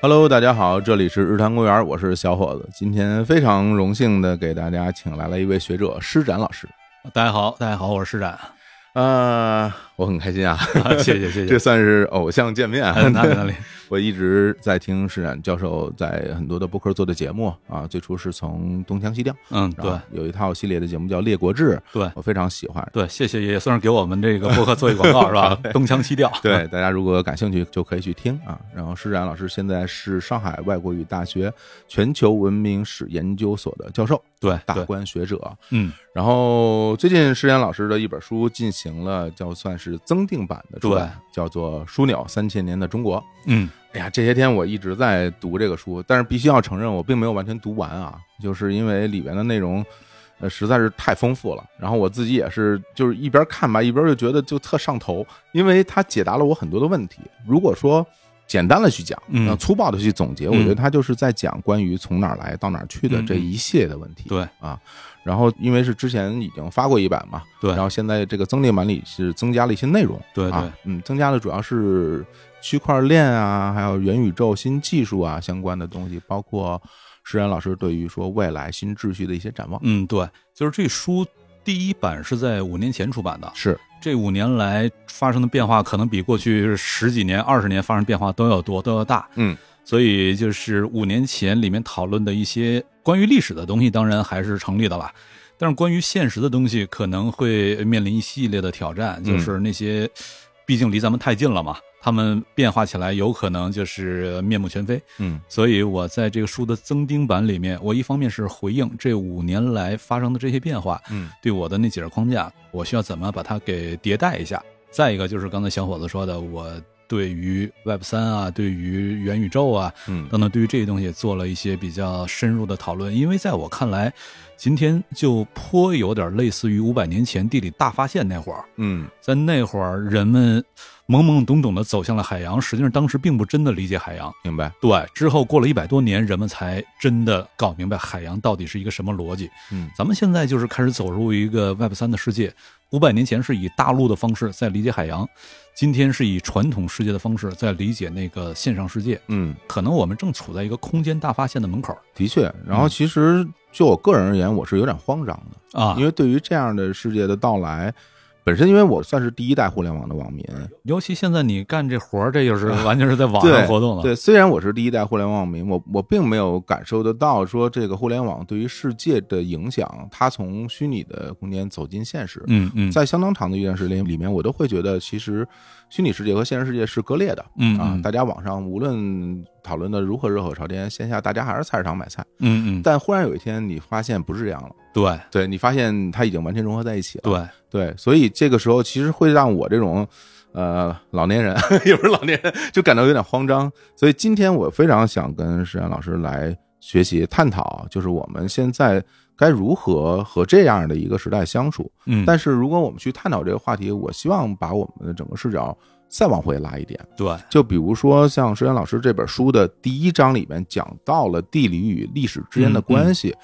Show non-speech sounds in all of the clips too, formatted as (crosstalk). Hello，大家好，这里是日坛公园，我是小伙子。今天非常荣幸的给大家请来了一位学者施展老师。大家好，大家好，我是 (laughs) 施展，呃，我很开心啊，啊谢谢谢这谢。算是偶像见面啊。哎哪里哪里， (laughs) 我一直在听施展教授在很多的播客做的节目啊，最初是从东腔西调，嗯，然后对有一套系列的节目叫《列国志》，对我非常喜欢。对，谢谢，也算是给我们这个播客做一广告是吧？东腔西调， (laughs) 对，啊大家如果感兴趣就可以去听啊。然后施展老师现在是上海外国语大学全球文明史研究所的教授，对大对，观学者。嗯，然后最近施展老师的一本书进行了叫算是增订版的出版，叫做《枢纽：三千年的中国》。嗯，哎呀，这些天我一直在读这个书，但是必须要承认，我并没有完全读完啊，就是因为里边的内容，呃，实在是太丰富了。然后我自己也是，就是一边看吧，一边就觉得就特上头，因为它解答了我很多的问题。如果说简单的去讲，嗯呃粗暴的去总结，我觉得它就是在讲关于从哪儿来到哪儿去的嗯这一系列的问题。对，啊，然后因为是之前已经发过一版嘛，对然后现在这个增订版里是增加了一些内容，对对啊，嗯，增加的主要是区块链啊，还有元宇宙新技术啊相关的东西，包括石然老师对于说未来新秩序的一些展望，嗯，对，就是这书第一版是在五年前出版的，是这五年来发生的变化，可能比过去十几年、二十年发生变化都要多，都要大。嗯，所以就是五年前里面讨论的一些关于历史的东西，当然还是成立的啦。但是关于现实的东西，可能会面临一系列的挑战，就是那些毕竟离咱们太近了嘛，他们变化起来有可能就是面目全非。嗯所以我在这个书的增订版里面，我一方面是回应这五年来发生的这些变化，嗯对我的那几个框架，我需要怎么把它给迭代一下。再一个就是刚才小伙子说的，我对于 Web 三啊，对于元宇宙啊嗯等等，对于这些东西做了一些比较深入的讨论。因为在我看来，今天就颇有点类似于五百年前地理大发现那会儿，嗯在那会儿人们懵懵懂懂的走向了海洋，实际上当时并不真的理解海洋。明白，对，之后过了一百多年，人们才真的搞明白海洋到底是一个什么逻辑。嗯咱们现在就是开始走入一个 Web 三的世界。五百年前是以大陆的方式在理解海洋，今天是以传统世界的方式在理解那个线上世界。嗯，可能我们正处在一个空间大发现的门口的确。然后其实就我个人而言，我是有点慌张的，啊，因为对于这样的世界的到来。本身，因为我算是第一代互联网的网民，尤其现在你干这活儿，这就是完全是在网上活动了。啊对，虽然我是第一代互联网网民，我我并没有感受得到说这个互联网对于世界的影响，它从虚拟的空间走进现实。嗯嗯，在相当长的一段时间里面，我都会觉得，其实虚拟世界和现实世界是割裂的嗯啊。嗯大家网上无论讨论的如何热火朝天，线下大家还是菜市场买菜。嗯嗯，但忽然有一天，你发现不是这样了，对对你发现它已经完全融合在一起了。对，对，所以这个时候其实会让我这种呃老年人， (laughs) 也不是老年人，就感到有点慌张。所以今天我非常想跟石岩老师来学习探讨，就是我们现在该如何和这样的一个时代相处。嗯，但是如果我们去探讨这个话题，我希望把我们的整个视角再往回拉一点。对就比如说，像石岩老师这本书的第一章里面讲到了地理与历史之间的关系，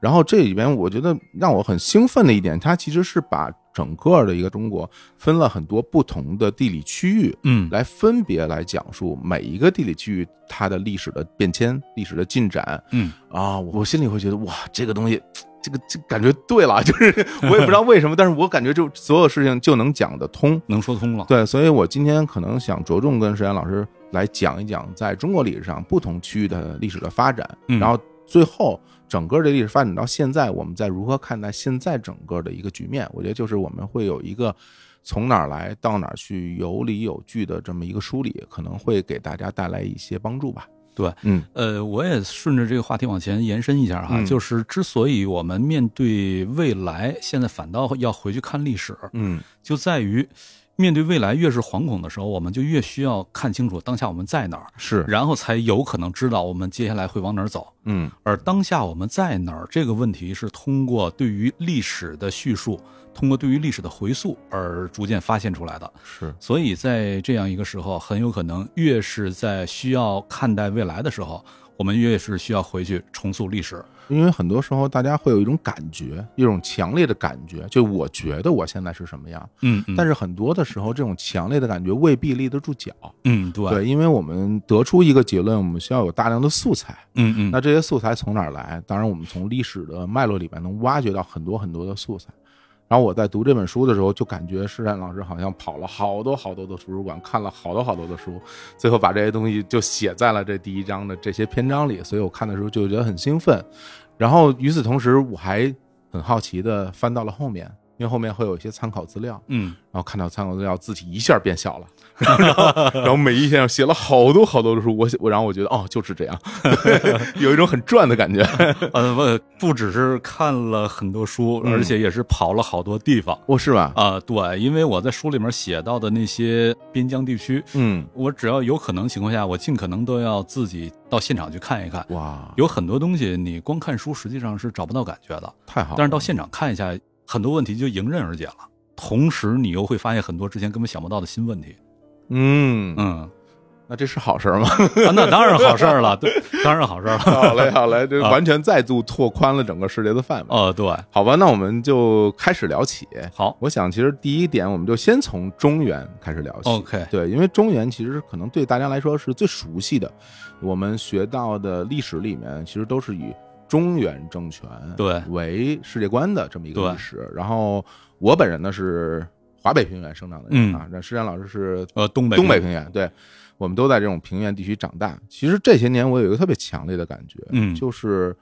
然后这里边我觉得让我很兴奋的一点，它其实是把整个的一个中国分了很多不同的地理区域，嗯来分别来讲述每一个地理区域它的历史的变迁、历史的进展嗯啊，我心里会觉得哇，这个东西。这个这感觉对了， (laughs) 就是我也不知道为什么，但是我感觉就所有事情就能讲得通。能说通了。对，所以我今天可能想着重跟石岩老师来讲一讲，在中国历史上不同区域的历史的发展，嗯然后最后整个的历史发展到现在，我们再如何看待现在整个的一个局面？我觉得就是我们会有一个从哪儿来到哪儿去，有理有据的这么一个梳理，可能会给大家带来一些帮助吧。对，嗯呃，我也顺着这个话题往前延伸一下哈，嗯就是之所以我们面对未来，现在反倒要回去看历史，嗯就在于面对未来越是惶恐的时候，我们就越需要看清楚当下我们在哪儿，是然后才有可能知道我们接下来会往哪儿走。嗯而当下我们在哪儿这个问题，是通过对于历史的叙述，通过对于历史的回溯而逐渐发现出来的。是所以在这样一个时候，很有可能越是在需要看待未来的时候，我们越是需要回去重塑历史。因为很多时候大家会有一种感觉，一种强烈的感觉，就我觉得我现在是什么样，嗯，嗯但是很多的时候这种强烈的感觉未必立得住脚。嗯，对，对，因为我们得出一个结论，我们需要有大量的素材。嗯嗯，那这些素材从哪儿来？当然，我们从历史的脉络里面能挖掘到很多很多的素材。然后我在读这本书的时候，就感觉施展老师好像跑了好多好多的图书馆，看了好多好多的书，最后把这些东西就写在了这第一章的这些篇章里。所以我看的时候就觉得很兴奋。然后与此同时，我还很好奇的翻到了后面，因为后面会有一些参考资料。嗯然后看到参考资料，字体一下变小了，然后然后每一篇写了好多好多的书，我我然后我觉得哦就是这样， (laughs) 有一种很赚的感觉。呃，不不只是看了很多书，嗯而且也是跑了好多地方 (laughs) 哦，是吧？啊、对，因为我在书里面写到的那些边疆地区，嗯，我只要有可能情况下，我尽可能都要自己到现场去看一看。哇，有很多东西你光看书实际上是找不到感觉的，太好了！但是到现场看一下，很多问题就迎刃而解了。同时，你又会发现很多之前根本想不到的新问题。嗯，嗯，啊那这是好事儿吗？那当然好事儿了，对，当然好事儿了。 (laughs) 好嘞，好嘞，这完全再度拓宽了整个世界的范围。哦，对，好吧，那我们就开始聊起。好我想，其实第一点，我们就先从中原开始聊起。 ，OK，对，因为中原其实可能对大家来说是最熟悉的，我们学到的历史里面其实都是以中原政权对为世界观的这么一个对历史。然后我本人呢是华北平原生长的人啊，那施展老师是嗯呃，东北，东北，平原，对，我们都在这种平原地区长大。其实这些年我有一个特别强烈的感觉，嗯就是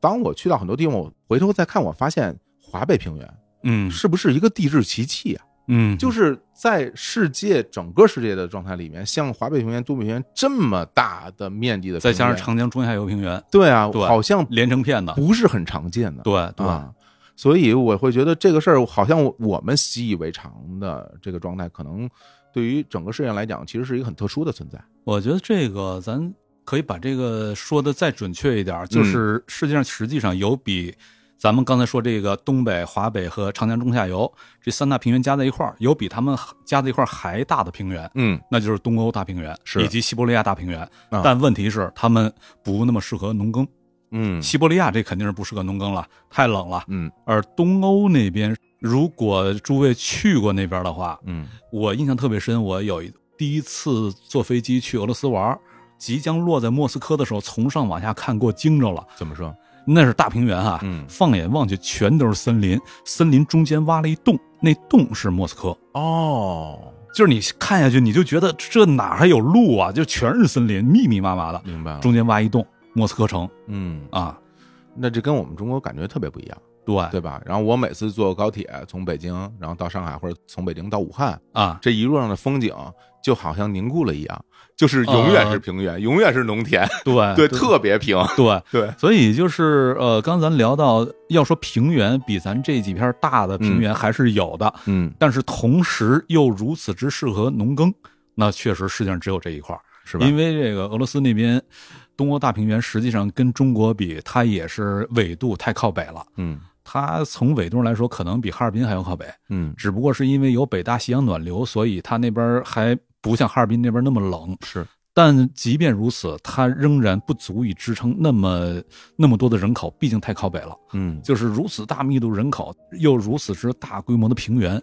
当我去到很多地方，我回头再看，我发现华北平原嗯是不是一个地质奇迹啊？嗯，就是在世界整个世界的状态里面，像华北平原、东北平原这么大的面积的平再原，加上长江中下游平原对啊，对好像连成片的，不是很常见的，对对，啊，所以我会觉得这个事儿好像我我们习以为常的这个状态，可能对于整个世界来讲，其实是一个很特殊的存在。我觉得这个咱可以把这个说的再准确一点儿，嗯就是世界上实际上有比咱们刚才说这个东北、华北和长江中下游这三大平原加在一块儿，有比他们加在一块儿还大的平原。嗯，那就是东欧大平原，是啊以及西伯利亚大平原，但问题是他们不那么适合农耕。嗯西伯利亚这肯定是不适合农耕了，太冷了。嗯而东欧那边，如果诸位去过那边的话，嗯我印象特别深，我有一第一次坐飞机去俄罗斯玩儿，即将落在莫斯科的时候，从上往下看过荆州了，怎么说？那是大平原啊，嗯放眼望去全都是森林，森林中间挖了一洞，那洞是莫斯科。哦，就是你看下去，你就觉得这哪还有路啊？就全是森林，密密麻麻的，明白了。中间挖一洞，莫斯科城嗯，啊，那这跟我们中国感觉特别不一样，对对吧？然后我每次坐高铁从北京，然后到上海，或者从北京到武汉，啊，这一路上的风景就好像凝固了一样，就是永远是平原，永远是农田，啊对 (laughs) 对，特别平。对对，所以就是呃，刚才咱聊到，要说平原比咱这几片大的平原还是有的，嗯，但是同时又如此之适合农耕，那确实世界上只有这一块儿，是吧？因为这个俄罗斯那边东欧大平原实际上跟中国比，它也是纬度太靠北了。嗯它从纬度上来说，可能比哈尔滨还要靠北，嗯，只不过是因为有北大西洋暖流，所以它那边还不像哈尔滨那边那么冷。是但即便如此，它仍然不足以支撑那么那么多的人口，毕竟太靠北了。嗯就是如此大密度人口，又如此之大规模的平原，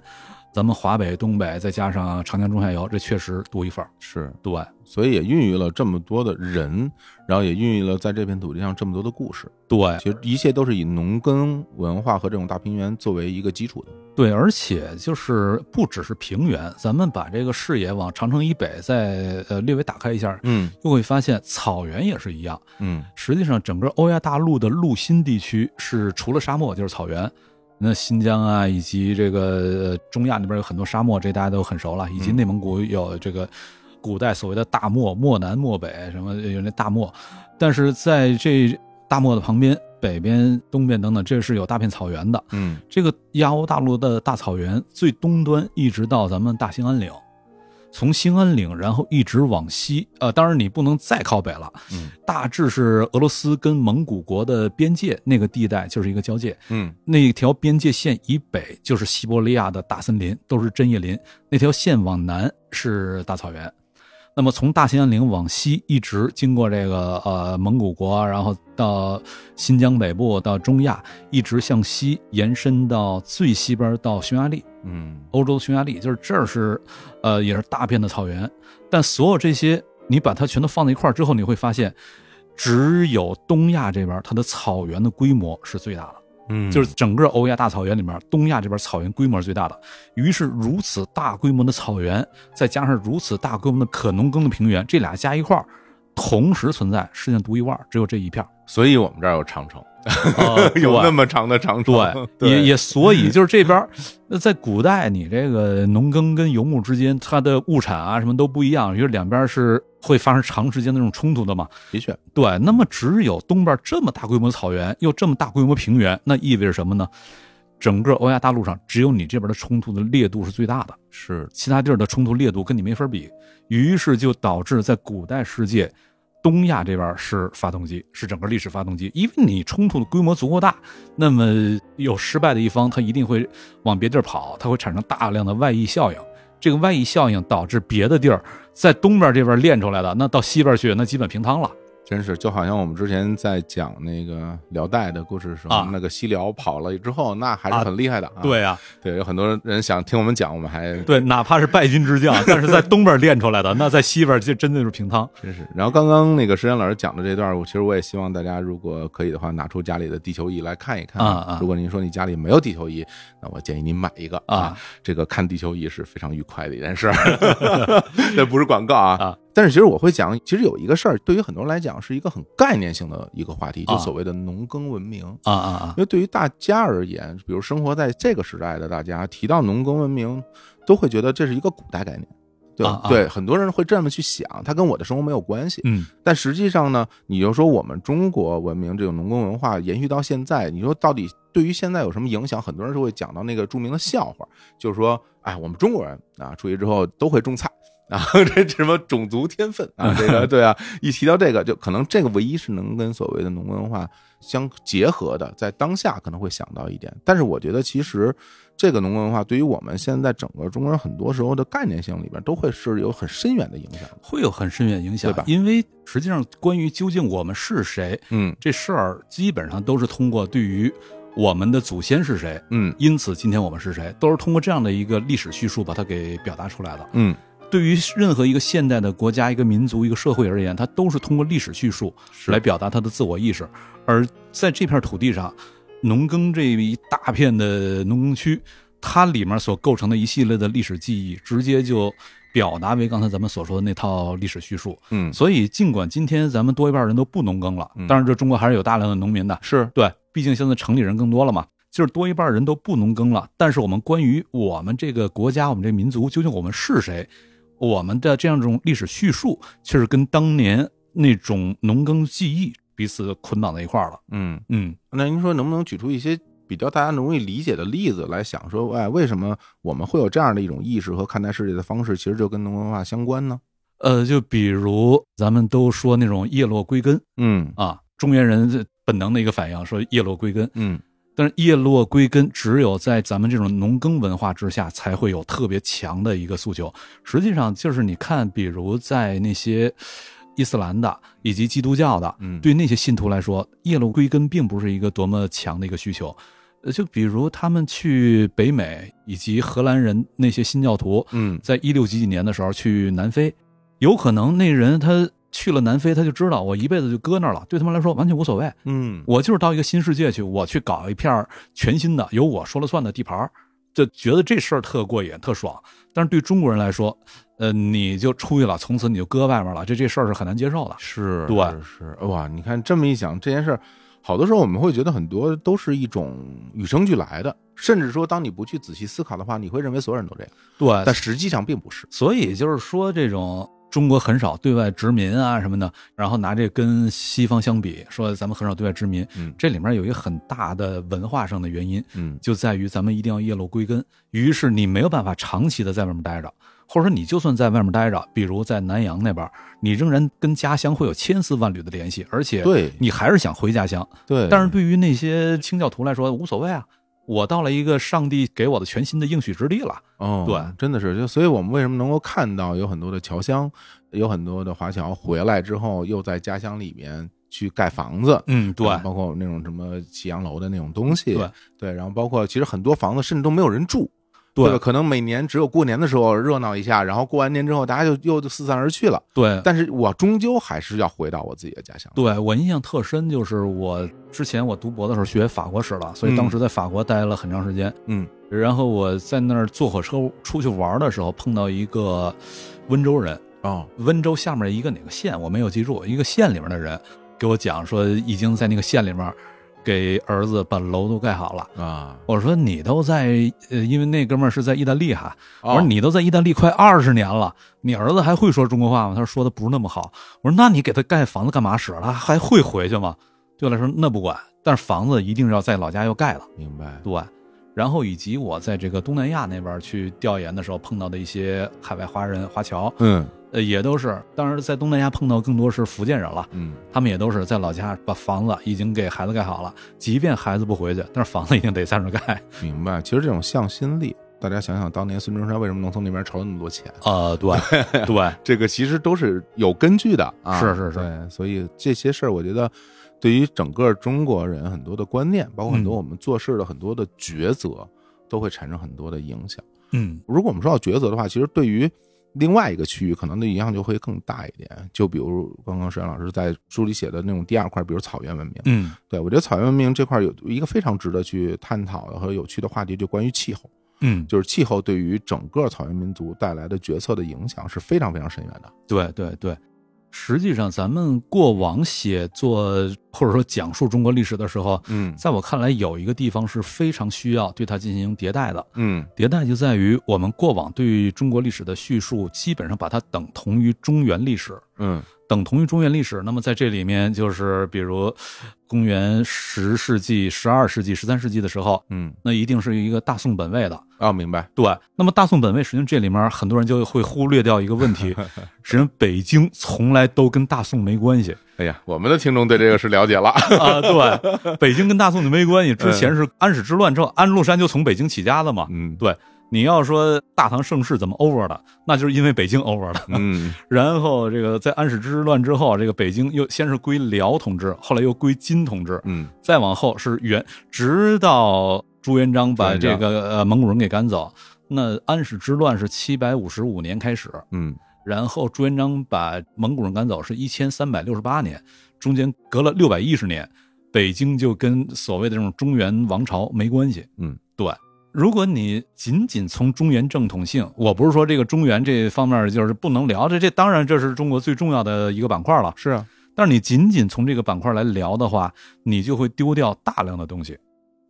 咱们华北、东北再加上长江中下游，这确实独一份儿。是，对，所以也孕育了这么多的人，然后也孕育了在这片土地上这么多的故事。对，其实一切都是以农耕文化和这种大平原作为一个基础的。对，而且就是不只是平原，咱们把这个视野往长城以北再呃略微打开一下，嗯就会发现草原也是一样。嗯实际上，整个欧亚大陆的陆心地区是除了沙漠就是草原。那新疆啊，以及这个呃中亚那边有很多沙漠，这大家都很熟了。以及嗯内蒙古有这个古代所谓的大漠，漠南、漠北，什么有那大漠。但是在这大漠的旁边、北边、东边等等，这是有大片草原的。嗯这个亚欧大陆的大草原最东端一直到咱们大兴安岭，从兴安岭然后一直往西，呃，当然你不能再靠北了，嗯大致是俄罗斯跟蒙古国的边界那个地带就是一个交界，嗯那条边界线以北就是西伯利亚的大森林，都是针叶林；那条线往南是大草原。那么从大兴安岭往西，一直经过这个呃蒙古国，然后到新疆北部，到中亚，一直向西延伸到最西边到匈牙利，嗯欧洲匈牙利，就是这儿是呃也是大片的草原。但所有这些你把它全都放在一块儿之后，你会发现，只有东亚这边它的草原的规模是最大的。嗯，就是整个欧亚大草原里面，东亚这边草原规模是最大的。于是，如此大规模的草原，再加上如此大规模的可农耕的平原，这俩加一块儿，同时存在，世界上独一无二，只有这一片儿。所以我们这儿有长城， (laughs) 呃哦有那对么长的长城， (laughs) 对，也也所以就是这边儿，那在古代你这个农耕跟游牧之间，它的物产啊什么都不一样，于是两边是会发生长时间的这种冲突的嘛。的确，对，那么只有东边这么大规模的草原，又这么大规模平原，那意味着什么呢？整个欧亚大陆上，只有你这边的冲突的烈度是最大的，是其他地儿的冲突烈度跟你没法比。于是就导致在古代世界，东亚这边是发动机，是整个历史发动机，因为你冲突的规模足够大，那么有失败的一方，他一定会往别地儿跑，它会产生大量的外溢效应。这个外溢效应导致别的地儿在东边这边练出来的，那到西边去，那基本平汤了。真是，就好像我们之前在讲那个辽代的故事的时候，啊那个西辽跑了之后，那还是啊很厉害的、啊对呀、对，有很多人想听我们讲，我们还对，哪怕是败军之 (laughs) 将，但是在东边练出来的，那在西边就真的是平汤。真是。然后刚刚那个石岩老师讲的这段，我其实我也希望大家如果可以的话，拿出家里的地球仪来看一看啊啊如果您说你家里没有地球仪，那我建议您买一个啊。这个看地球仪是非常愉快的一件 (laughs) 事儿，这不是广告啊。啊但是其实我会讲，其实有一个事儿，对于很多人来讲是一个很概念性的一个话题，就啊所谓的农耕文明。啊啊啊因！为对于大家而言，比如生活在这个时代的大家，提到农耕文明，都会觉得这是一个古代概念，对吧啊啊对，很多人会这么去想，它跟我的生活没有关系。嗯但实际上呢，你就说我们中国文明这种农耕文化延续到现在，你说到底对于现在有什么影响？很多人就会讲到那个著名的笑话，就是说，哎，我们中国人啊，出去之后都会种菜。啊， (laughs) 这什么种族天分啊？这个对啊，一提到这个，就可能这个唯一是能跟所谓的农耕文化相结合的，在当下可能会想到一点。但是我觉得，其实这个农耕文化对于我们现在整个中国人很多时候的概念性里边，都会是有很深远的影响的。会有很深远影响对吧，因为实际上关于究竟我们是谁嗯这事儿，基本上都是通过对于我们的祖先是谁，嗯因此今天我们是谁，都是通过这样的一个历史叙述把它给表达出来的。嗯，对于任何一个现代的国家、一个民族、一个社会而言，它都是通过历史叙述是来表达它的自我意识。而在这片土地上，农耕这一大片的农耕区，它里面所构成的一系列的历史记忆，直接就表达为刚才咱们所说的那套历史叙述。嗯，所以，尽管今天咱们多一半人都不农耕了嗯，当然这中国还是有大量的农民的，是对，毕竟现在城里人更多了嘛，就是多一半人都不农耕了。但是我们关于我们这个国家、我们这个民族究竟我们是谁，我们的这样一种历史叙述，却是跟当年那种农耕记忆彼此捆绑在一块儿了。嗯，嗯那您说能不能举出一些比较大家容易理解的例子来想说，哎，为什么我们会有这样的一种意识和看待世界的方式，其实就跟农耕文化相关呢？呃，就比如咱们都说那种叶落归根嗯啊，中原人这本能的一个反应，说叶落归根。嗯但是叶落归根，只有在咱们这种农耕文化之下，才会有特别强的一个诉求。实际上，就是你看，比如在那些伊斯兰的以及基督教的，嗯，对那些信徒来说，叶落归根并不是一个多么强的一个需求。呃，就比如他们去北美以及荷兰人那些新教徒，嗯在一六几几年的时候去南非，有可能那人他去了南非，他就知道我一辈子就搁那儿了，对他们来说完全无所谓。嗯我就是到一个新世界去，我去搞一片儿全新的由我说了算的地盘儿，就觉得这事儿特过瘾、特爽。但是对中国人来说，呃，你就出去了，从此你就搁外面了，这这事儿是很难接受的。是，对是是哇！你看这么一想，这件事儿，好多时候我们会觉得很多都是一种与生俱来的，甚至说当你不去仔细思考的话，你会认为所有人都这样，对，但实际上并不是。所以就是说，这种中国很少对外殖民啊什么的，然后拿这跟西方相比，说咱们很少对外殖民，嗯这里面有一个很大的文化上的原因，嗯就在于咱们一定要叶落归根，于是你没有办法长期的在外面待着，或者说你就算在外面待着，比如在南洋那边，你仍然跟家乡会有千丝万缕的联系，而且对你还是想回家乡。对，但是对于那些清教徒来说无所谓啊，我到了一个上帝给我的全新的应许之地了。哦，对，真的是，就所以我们为什么能够看到有很多的侨乡，有很多的华侨回来之后，又在家乡里面去盖房子，啊嗯，对，包括那种什么起洋楼的那种东西，对然后包括其实很多房子甚至都没有人住，对吧？可能每年只有过年的时候热闹一下，然后过完年之后大家就又四散而去了。对，但是我终究还是要回到我自己的家乡。对我印象特深，就是我之前我读博的时候学法国史了，所以当时在法国待了很长时间。嗯然后我在那儿坐火车出去玩的时候，碰到一个温州人，哦，温州下面一个哪个县我没有记住，一个县里面的人给我讲说，已经在那个县里面给儿子把楼都盖好了。啊，我说你都在呃，因为那哥们儿是在意大利哈，我说哦你都在意大利快二十年了，你儿子还会说中国话吗？他说说的不是那么好。我说那你给他盖房子干嘛使了？他还会回去吗？对我来说那不管，但是房子一定要在老家要盖了。哦明白，对，然后以及我在这个东南亚那边去调研的时候碰到的一些海外华人华侨，嗯呃，也都是，当然在东南亚碰到更多是福建人了。嗯，他们也都是在老家把房子已经给孩子盖好了，即便孩子不回去，但是房子一定得在那儿盖。明白。其实这种向心力，大家想想，当年孙中山为什么能从那边筹了那么多钱？呃，对 (laughs) 对，这个其实都是有根据的啊。是是是对，所以这些事儿，我觉得对于整个中国人很多的观念，包括很多嗯我们做事的很多的抉择，都会产生很多的影响。嗯如果我们说到抉择的话，其实对于另外一个区域，可能的影响就会更大一嗯点。就比如刚刚石岩老师在书里写的那种第二块，比如草原文明。嗯对我觉得草原文明这块有一个非常值得去探讨的和有趣的话题，就关于气候，嗯，就是气候对于整个草原民族带来的决策的影响是非常非常深远的。对对对。实际上，咱们过往写作或者说讲述中国历史的时候，嗯在我看来，有一个地方是非常需要对它进行迭代的。嗯迭代就在于我们过往对中国历史的叙述，基本上把它等同于中原历史。嗯等同于中原历史。那么在这里面，就是比如公元十世纪、十二世纪、十三世纪的时候，嗯，那一定是一个大宋本位的。啊，明白。对，那么大宋本位，实际上这里面很多人就会忽略掉一个 (laughs) 问题，实际上北京从来都跟大宋没关系哎呀，我们的听众对这个是了解了。啊、对，北京跟大宋就没关系。之前是安史之乱之后，安禄山就从北京起家的嘛。 (laughs) 嗯对，你要说大唐盛世怎么 over 的，那就是因为北京 over 了。嗯然后这个在安史之乱之后，啊这个北京又先是归辽统治，后来又归金统治，嗯再往后是元，直到朱元璋把朱这元璋个呃蒙古人给赶走。那安史之乱是七百五十五年开始，嗯然后朱元璋把蒙古人赶走是一千三百六十八年，中间隔了六百一十年，北京就跟所谓的这种中原王朝没关系。嗯，对。如果你仅仅从中原正统性，我不是说这个中原这方面就是不能聊，这这当然这是中国最重要的一个板块了。是啊，但是你仅仅从这个板块来聊的话，你就会丢掉大量的东西。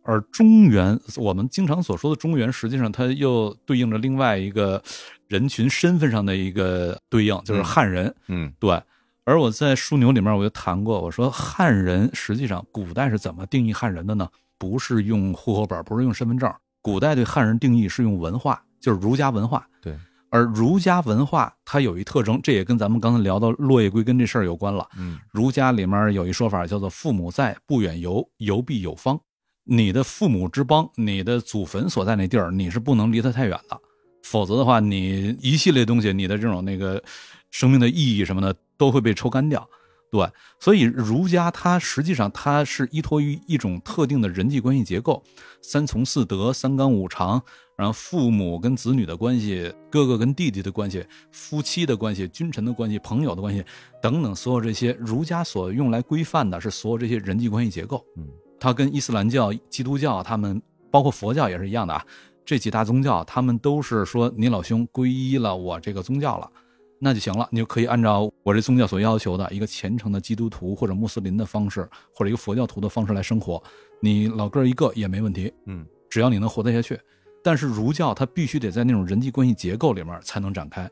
而中原，我们经常所说的中原，实际上它又对应着另外一个人群身份上的一个对应，就是嗯汉人。嗯对，而我在枢纽里面我就谈过，我说汉人实际上古代是怎么定义汉人的呢？不是用户口本，不是用身份证，古代对汉人定义是用文化，就是儒家文化。对，而儒家文化它有一特征，这也跟咱们刚才聊到落叶归根这事儿有关了。嗯儒家里面有一说法叫做“父母在，不远游，游必有方”。你的父母之邦，你的祖坟所在那地儿，你是不能离它太远的，否则的话，你一系列东西，你的这种那个生命的意义什么的，都会被抽干掉。对，所以儒家它实际上它是依托于一种特定的人际关系结构，三从四德、三纲五常，然后父母跟子女的关系、哥哥跟弟弟的关系、夫妻的关系、君臣的关系、朋友的关系等等，所有这些儒家所用来规范的是所有这些人际关系结构。嗯，它跟伊斯兰教、基督教，他们包括佛教也是一样的啊。这几大宗教，他们都是说你老兄皈依了我这个宗教了，那就行了，你就可以按照我这宗教所要求的一个虔诚的基督徒或者穆斯林的方式，或者一个佛教徒的方式来生活，你老哥一个也没问题，嗯，只要你能活得下去。但是儒教它必须得在那种人际关系结构里面才能展开，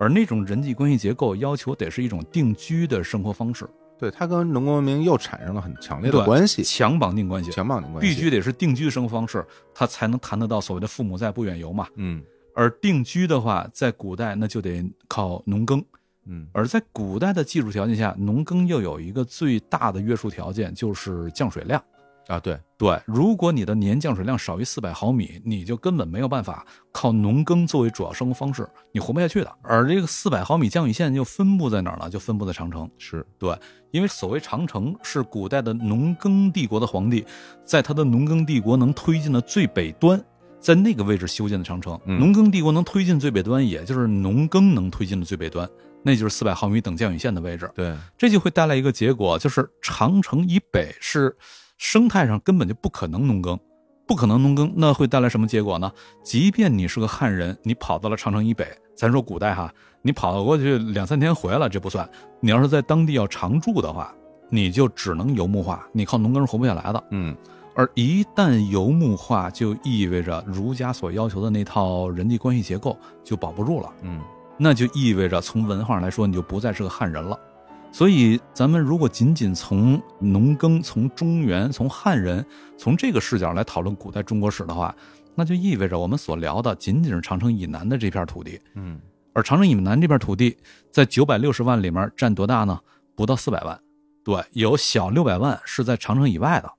而那种人际关系结构要求得是一种定居的生活方式，对，它跟农耕文明又产生了很强烈的对关系，强绑定关系，强绑定关必系。须得是定居生活方式，它才能谈得到所谓的父母在不远游嘛。嗯而定居的话，在古代那就得靠农耕，嗯而在古代的技术条件下，农耕又有一个最大的约束条件，就是降水量。啊、啊，对，对，如果你的年降水量少于四百毫米，你就根本没有办法靠农耕作为主要生活方式，你活不下去的。而这个四百毫米降雨线就分布在哪儿呢？就分布在长城。是对，因为所谓长城是古代的农耕帝国的皇帝，在他的农耕帝国能推进的最北端，在那个位置修建的长城。嗯农耕帝国能推进最北端，也就是农耕能推进的最北端，那就是四百毫米等降雨线的位置。对，这就会带来一个结果，就是长城以北是生态上根本就不可能农耕，不可能农耕，那会带来什么结果呢？即便你是个汉人，你跑到了长城以北，咱说古代哈，你跑过去两三天回来这不算，你要是在当地要常住的话，你就只能游牧化，你靠农耕是活不下来的。嗯，而一旦游牧化，就意味着儒家所要求的那套人际关系结构就保不住了。嗯，那就意味着从文化上来说，你就不再是个汉人了。所以，咱们如果仅仅从农耕、从中原、从汉人、从这个视角来讨论古代中国史的话，那就意味着我们所聊的仅仅是长城以南的这片土地。嗯，而长城以南这片土地，在九百六十万里面占多大呢？不到四百万。对，有小六百万是在长城以外的。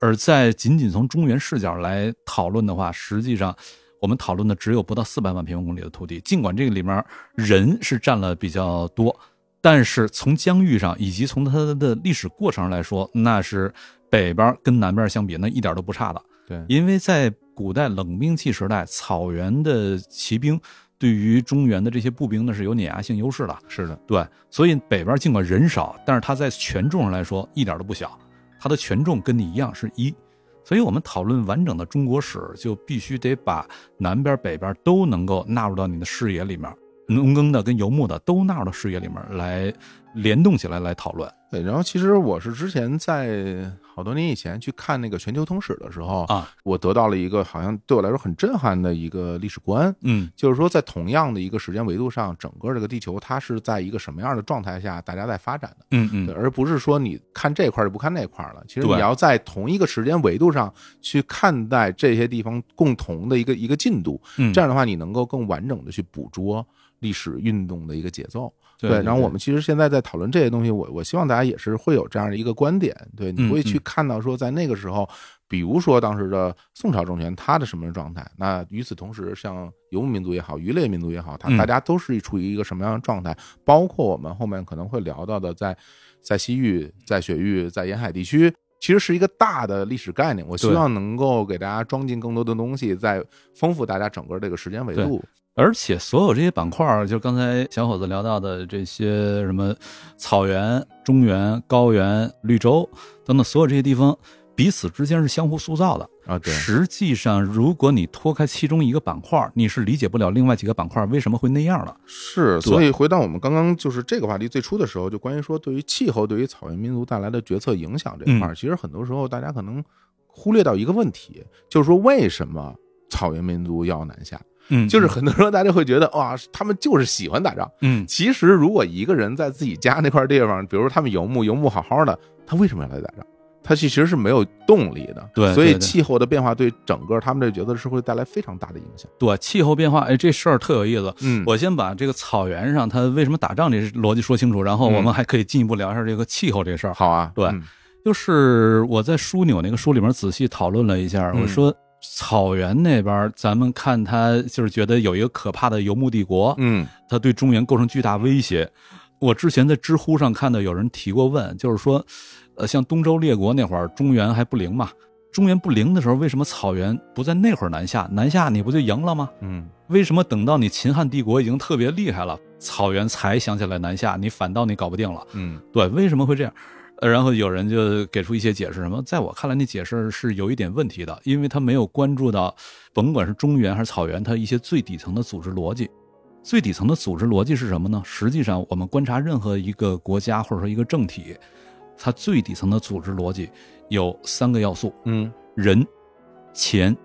而在仅仅从中原视角来讨论的话，实际上我们讨论的只有不到四百万平方公里的土地。尽管这个里面人是占了比较多，但是从疆域上以及从它的历史过程上来说，那是北边跟南边相比，那一点都不差的。对，因为在古代冷兵器时代，草原的骑兵对于中原的这些步兵呢是有碾压性优势的。是的，对，所以北边尽管人少，但是它在权重上来说一点都不小，它的权重跟你一样是一。所以我们讨论完整的中国史，就必须得把南边、北边都能够纳入到你的视野里面，农耕的跟游牧的都纳入到视野里面来联动起来来讨论对。然后其实我是之前在好多年以前去看那个《全球通史》的时候，啊。我得到了一个好像对我来说很震撼的一个历史观，嗯，就是说在同样的一个时间维度上，整个这个地球它是在一个什么样的状态下大家在发展的。嗯对，嗯，而不是说你看这块儿就不看那块儿了。其实你对要在同一个时间维度上去看待这些地方共同的一个一个进度，嗯这样的话，你能够更完整的去捕捉历史运动的一个节奏。对然后我们其实现在在讨论这些东西，我我希望大家也是会有这样的一个观点，对，你嗯会去看到说在那个时候，比如说当时的宋朝政权它的什么状态，那与此同时，像游牧民族也好，渔猎民族也好，它嗯大家都是处于一个什么样的状态，包括我们后面可能会聊到的在。在西域、在雪域、在沿海地区，其实是一个大的历史概念。我希对望能够给大家装进更多的东西，再丰富大家整个这个时间维度。而且所有这些板块儿，就刚才小伙子聊到的这些什么草原、中原、高原、绿洲等等，所有这些地方彼此之间是相互塑造的。啊，对，实际上，如果你脱开其中一个板块儿，你是理解不了另外几个板块儿为什么会那样的。是。所以回到我们刚刚就是这个话题最初的时候，就关于说对于气候对于草原民族带来的决策影响这一嗯块儿，其实很多时候大家可能忽略到一个问题，就是说为什么草原民族要南下？嗯就是很多时候大家会觉得哇，他们就是喜欢打 (laughs) 仗。嗯，其实，如果一个人在自己家那块地方，比如说他们游牧，游牧好好的，他为什么要来打仗？他其实是没有动力的。对所以对对气候的变化对整个他们这角色是会带来非常大的影响。对，气候变化，哎，这事儿特有意思。嗯我先把这个草原上它为什么打仗这逻辑说清楚，然后我嗯们还可以进一步聊一下这个气候这事儿。好啊，对嗯就是我在枢纽那个书里面仔细讨论了一下，嗯我说草原那边儿，咱们看它就是觉得有一个可怕的游牧帝国，嗯它对中原构成巨大威胁。我之前在知乎上看到有人提过问，就是说，呃，像东周列国那会儿，中原还不灵嘛？中原不灵的时候，为什么草原不在那会儿南下？南下你不就赢了吗？嗯，为什么等到你秦汉帝国已经特别厉害了，草原才想起来南下？你反倒你搞不定了。嗯对，为什么会这样？呃然后有人就给出一些解释，什么？在我看来，那解释是有一点问题的，因为他没有关注到，甭管是中原还是草原，它一些最底层的组织逻辑。最底层的组织逻辑是什么呢？实际上，我们观察任何一个国家或者说一个政体，它最底层的组织逻辑有三个要素：嗯，人、钱、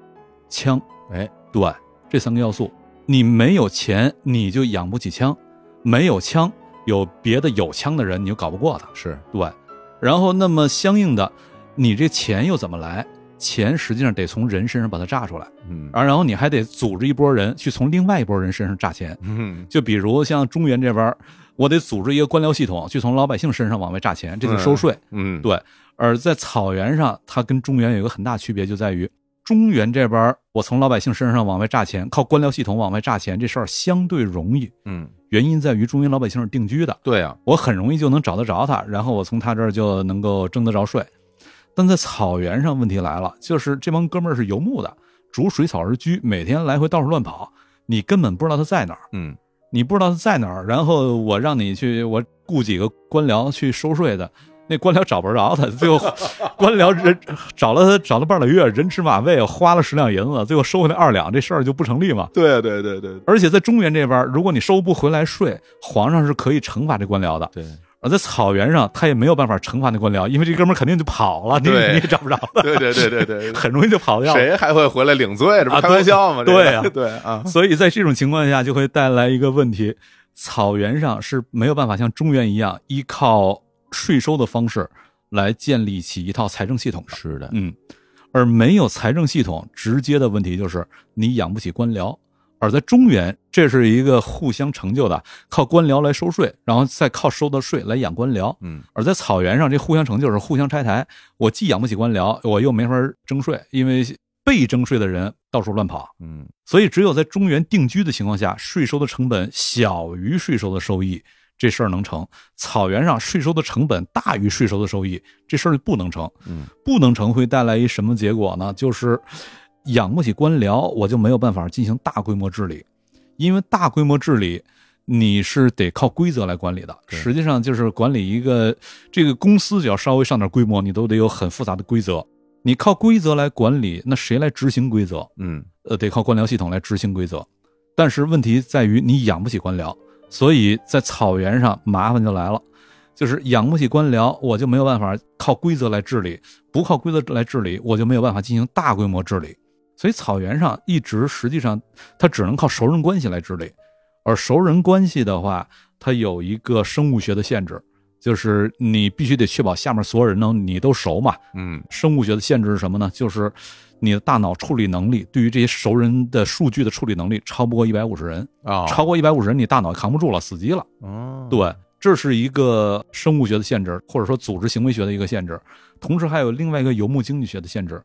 枪。哎，对，这三个要素，你没有钱，你就养不起枪；没有枪，有别的有枪的人，你就搞不过他。是对，然后那么相应的，你这钱又怎么来？钱实际上得从人身上把它榨出来，嗯而然后你还得组织一波人去从另外一波人身上榨钱。嗯就比如像中原这边儿，我得组织一个官僚系统去从老百姓身上往外榨钱，这就收税。嗯对，而在草原上，它跟中原有一个很大区别，就在于中原这边儿，我从老百姓身上往外榨钱，靠官僚系统往外榨钱，这事儿相对容易。嗯，原因在于中原老百姓是定居的，对啊，我很容易就能找得着他，然后我从他这儿就能够征得着税。但在草原上，问题来了，就是这帮哥们儿是游牧的，逐水草而居，每天来回到处乱跑，你根本不知道他在哪儿，嗯你不知道他在哪儿。然后我让你去，我雇几个官僚去收税的，那官僚找不着他， (laughs) 最后官僚人找了他找了半拉月，人吃马喂，花了十两银子，最后收回来二两，这事儿就不成立嘛。对啊对对对而且在中原这边，如果你收不回来税，皇上是可以惩罚这官僚的。对而在草原上，他也没有办法惩罚那官僚，因为这哥们儿肯定就跑了，你对你也找不着了，对对对对对，很容易就跑掉了。 (laughs) 谁还会回来领罪？这不啊开玩笑吗？对这个对啊 (laughs) 对啊，所以在这种情况下，就会带来一个问题：草原上是没有办法像中原一样依靠税收的方式来建立起一套财政系统的。是的，嗯，而没有财政系统，直接的问题就是你养不起官僚。而在中原，这是一个互相成就的，靠官僚来收税，然后再靠收的税来养官僚。嗯而在草原上，这互相成就是互相拆台。我既养不起官僚，我又没法征税，因为被征税的人到处乱跑。嗯所以，只有在中原定居的情况下，税收的成本小于税收的收益，这事儿能成；草原上税收的成本大于税收的收益，这事儿不能成。嗯，不能成会带来一什么结果呢？就是养不起官僚，我就没有办法进行大规模治理，因为大规模治理。你是得靠规则来管理的，对实际上就是管理一个这个公司，只要稍微上点规模，你都得有很复杂的规则。你靠规则来管理，那谁来执行规则？嗯呃，得靠官僚系统来执行规则。但是问题在于你养不起官僚，所以在草原上麻烦就来了，就是养不起官僚，我就没有办法靠规则来治理，不靠规则来治理，我就没有办法进行大规模治理。所以草原上一直实际上它只能靠熟人关系来治理，而熟人关系的话，它有一个生物学的限制，就是你必须得确保下面所有人呢你都熟嘛，嗯生物学的限制是什么呢？就是你的大脑处理能力对于这些熟人的数据的处理能力超不过一百五十人，啊，超过一百五十人，你大脑扛不住了，死机了。哦，对，这是一个生物学的限制，或者说组织行为学的一个限制。同时还有另外一个游牧经济学的限制，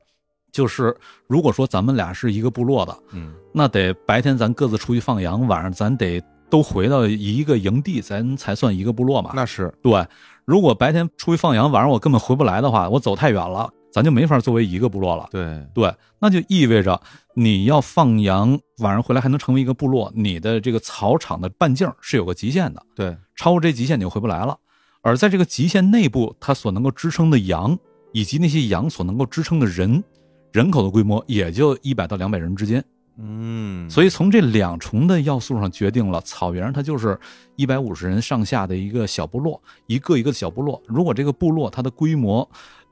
就是如果说咱们俩是一个部落的，嗯那得白天咱各自出去放羊，晚上咱得都回到一个营地，咱才算一个部落嘛。那是对，如果白天出去放羊，晚上我根本回不来的话，我走太远了，咱就没法作为一个部落了。对对，那就意味着你要放羊，晚上回来还能成为一个部落，你的这个草场的半径是有个极限的，对超过这极限你就回不来了。而在这个极限内部，它所能够支撑的羊，以及那些羊所能够支撑的人，人口的规模也就一百到两百人之间。嗯，所以从这两重的要素上决定了草原上它就是一百五十人上下的一个小部落，一个一个的小部落。如果这个部落它的规模、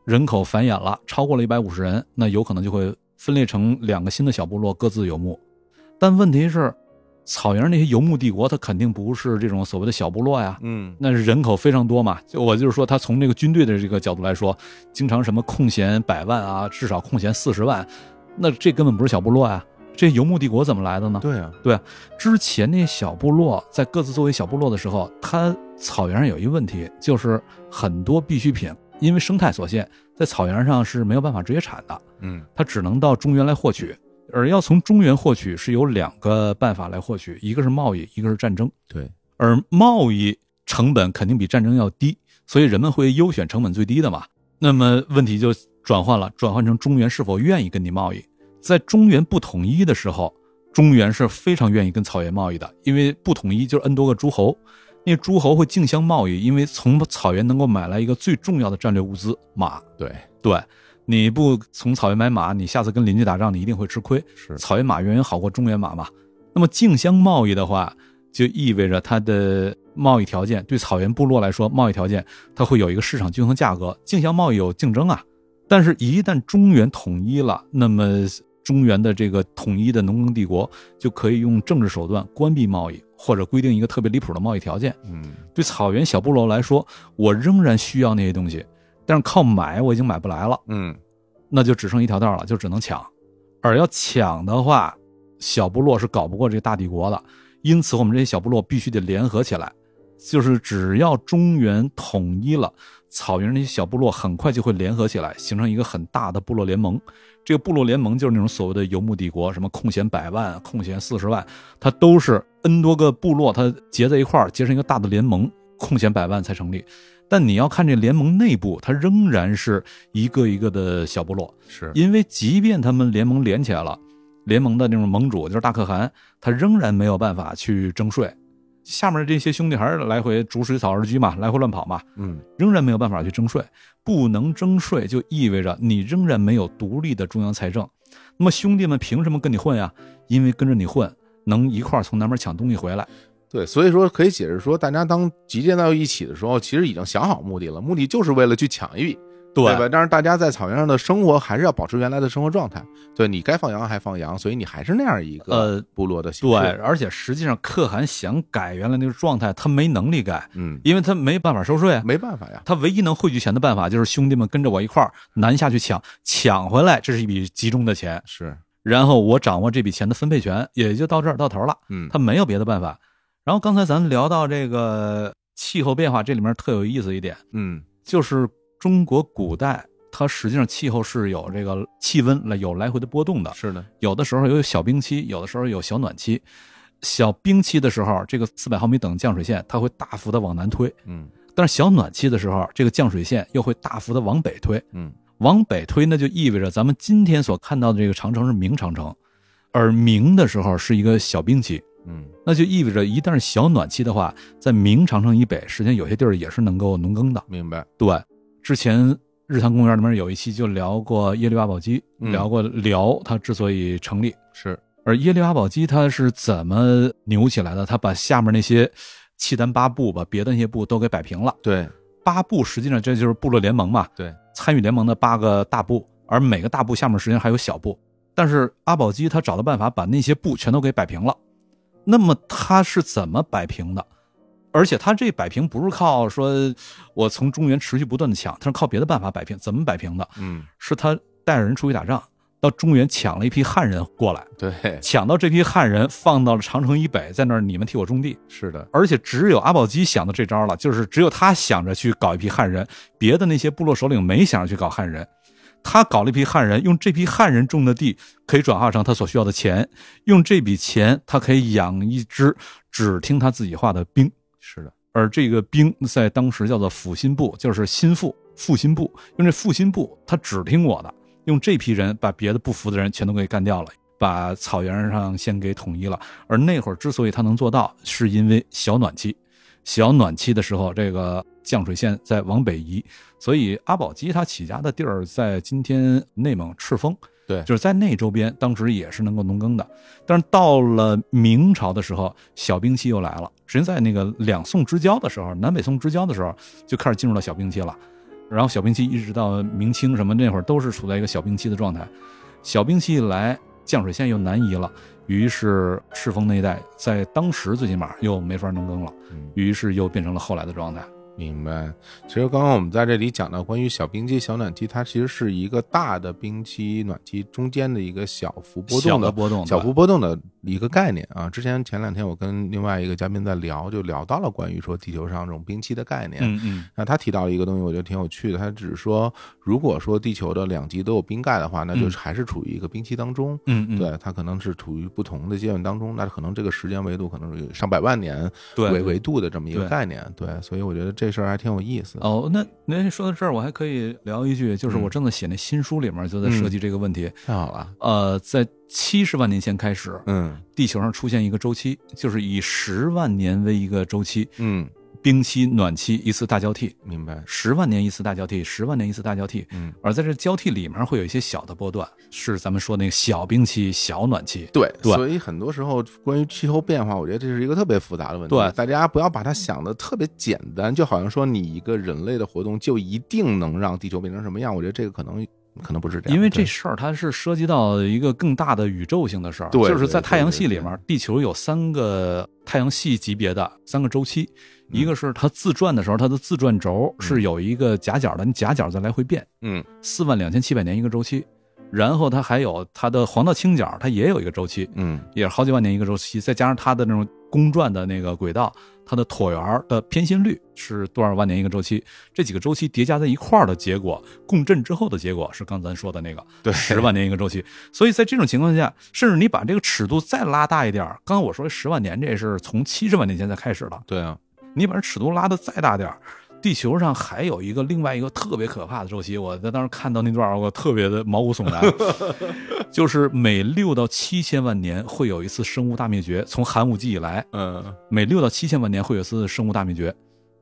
人口繁衍了超过了一百五十人，那有可能就会分裂成两个新的小部落各自游牧。但问题是，草原上那些游牧帝国它肯定不是这种所谓的小部落呀，嗯那人口非常多嘛，就我就是说，他从这个军队的这个角度来说，经常什么空闲百万啊，至少空闲四十万，那这根本不是小部落啊。这游牧帝国怎么来的呢？对啊，之前那些小部落在各自作为小部落的时候，它草原上有一问题，就是很多必需品因为生态所限，在草原上是没有办法直接产的，嗯它只能到中原来获取。而要从中原获取，是有两个办法来获取，一个是贸易，一个是战争。对而贸易成本肯定比战争要低，所以人们会优选成本最低的嘛。那么问题就转换了，转换成中原是否愿意跟你贸易？在中原不统一的时候，中原是非常愿意跟草原贸易的，因为不统一就是 N 多个诸侯，那诸侯会竞相贸易，因为从草原能够买来一个最重要的战略物资马。对对，你不从草原买马，你下次跟邻居打仗，你一定会吃亏。是草原马远远好过中原马嘛。那么竞相贸易的话，就意味着它的贸易条件对草原部落来说，贸易条件它会有一个市场均衡价格。竞相贸易有竞争啊，但是，一旦中原统一了，那么中原的这个统一的农耕帝国就可以用政治手段关闭贸易，或者规定一个特别离谱的贸易条件。嗯对草原小部落来说，我仍然需要那些东西，但是靠买我已经买不来了。嗯那就只剩一条道了，就只能抢。而要抢的话，小部落是搞不过这大帝国的，因此我们这些小部落必须得联合起来，就是只要中原统一了，草原那些小部落很快就会联合起来，形成一个很大的部落联盟。这个部落联盟就是那种所谓的游牧帝国，什么空闲百万、空闲四十万，它都是 N 多个部落它结在一块儿，结成一个大的联盟，空闲百万才成立。但你要看这联盟内部，它仍然是一个一个的小部落，是因为即便他们联盟连起来了，联盟的那种盟主就是大可汗，他仍然没有办法去征税，下面这些兄弟还是来回逐水草而居嘛，来回乱跑嘛，嗯仍然没有办法去征税。不能征税，就意味着你仍然没有独立的中央财政。那么兄弟们凭什么跟你混呀？因为跟着你混，能一块儿从南边抢东西回来。对，所以说可以解释说，大家当集结到一起的时候，其实已经想好目的了，目的就是为了去抢一笔，对吧？但是大家在草原上的生活还是要保持原来的生活状态，对你该放羊还放羊，所以你还是那样一个呃部落的形对式。，而且实际上，可汗想改原来那个状态，他没能力改，嗯，因为他没办法收税啊。没办法呀，他唯一能汇聚钱的办法就是兄弟们跟着我一块儿南下去抢，抢回来，这是一笔集中的钱，是，然后我掌握这笔钱的分配权，也就到这儿到头了。嗯，他没有别的办法。然后刚才咱们聊到这个气候变化，这里面特有意思一点，嗯就是中国古代它实际上气候是有这个气温来有来回的波动的，是的，有的时候有小冰期，有的时候有小暖期。小冰期的时候，这个四百毫米等降水线它会大幅的往南推，嗯但是小暖期的时候，这个降水线又会大幅的往北推。嗯往北推，那就意味着咱们今天所看到的这个长城是明长城，而明的时候是一个小冰期，嗯，那就意味着一旦是小暖期的话，在明长城以北，实际上有些地儿也是能够农耕的。明白，对，之前日坛公园里面有一期就聊过耶律阿保机，嗯聊过辽它之所以成立，是，而耶律阿保机他是怎么牛起来的？他把下面那些契丹八部，把别的那些部都给摆平了。对，八部实际上这就是部落联盟嘛，对，参与联盟的八个大部，而每个大部下面实际上还有小部。但是阿保机他找到办法把那些部全都给摆平了。那么他是怎么摆平的？而且他这摆平不是靠说我从中原持续不断的抢，他是靠别的办法摆平。怎么摆平的？嗯，是他带着人出去打仗，到中原抢了一批汉人过来，对，抢到这批汉人放到了长城以北，在那儿你们替我种地。是的，而且只有阿保机想到这招了，就是只有他想着去搞一批汉人，别的那些部落首领没想着去搞汉人。他搞了一批汉人，用这批汉人种的地可以转化成他所需要的钱，用这笔钱他可以养一支只听他自己话的兵，是的，而这个兵在当时叫做辅心部，就是心腹腹心部，用这腹心部他只听我的，用这批人把别的不服的人全都给干掉了，把草原上先给统一了。而那会儿之所以他能做到，是因为小暖期。小暖期的时候，这个降水线在往北移，所以阿保机他起家的地儿在今天内蒙赤峰，对就是在那周边，当时也是能够农耕的。但是到了明朝的时候，小冰期又来了。实际在那个两宋之交的时候，南北宋之交的时候，就开始进入到小冰期了。然后小冰期一直到明清什么那会儿都是处在一个小冰期的状态。小冰期一来，降水线又南移了，于是赤峰那一带在当时最起码又没法农耕了，嗯。于是又变成了后来的状态。明白。其实刚刚我们在这里讲到关于小冰期、小暖期，它其实是一个大的冰期、暖期中间的一个小幅波小动的的。波动，小对幅波动的一个概念啊，之前前两天我跟另外一个嘉宾在聊，就聊到了关于说地球上这种冰期的概念。嗯嗯，那他提到了一个东西，我觉得挺有趣的。他只是说，如果说地球的两极都有冰盖的话，那就嗯还是处于一个冰期当中。嗯嗯，对，它可能是处于不同的阶段当中，那可能这个时间维度可能是有上百万年对嗯维维度的这么一个对概念。对，所以我觉得这事儿还挺有意思。哦，那您说到这儿，我还可以聊一句，就是我正在写那新书里面就在设计这个问题。太好了，呃，在七十万年前开始，嗯地球上出现一个周期，就是以十万年为一个周期，嗯，冰期、暖期一次大交替，明白，十万年一次大交替，十万年一次大交替。嗯，而在这交替里面会有一些小的波段，是咱们说那个小冰期、小暖期。对，对所以很多时候关于气候变化，我觉得这是一个特别复杂的问题。对大家不要把它想的特别简单，就好像说你一个人类的活动就一定能让地球变成什么样，我觉得这个可能可能不是这样，因为这对事儿它是涉及到一个更大的宇宙性的事儿，对就是在对对太阳系对里面，地球有三个太阳系级别的三个周期，嗯一个是它自转的时候，它的自转轴是有一个夹角的，你夹角在来回变，嗯四万两千七百年一个周期，然后它还有它的黄道倾角，它也有一个周期，嗯也是好几万年一个周期，再加上它的那种公转的那个轨道，它的椭圆儿的偏心率是多少万年一个周期，这几个周期叠加在一块儿的结果，共振之后的结果是刚咱说的那个对十万年一个周期。所以在这种情况下，甚至你把这个尺度再拉大一点儿，刚刚我说十万年这是从七十万年前才开始的，对啊，你把这尺度拉的再大点儿，地球上还有一个另外一个特别可怕的周期。我在当时看到那段儿，我特别的毛骨悚然，就是每六到七千万年会有一次生物大灭绝。从寒武纪以来，嗯每六到七千万年会有一次生物大灭绝。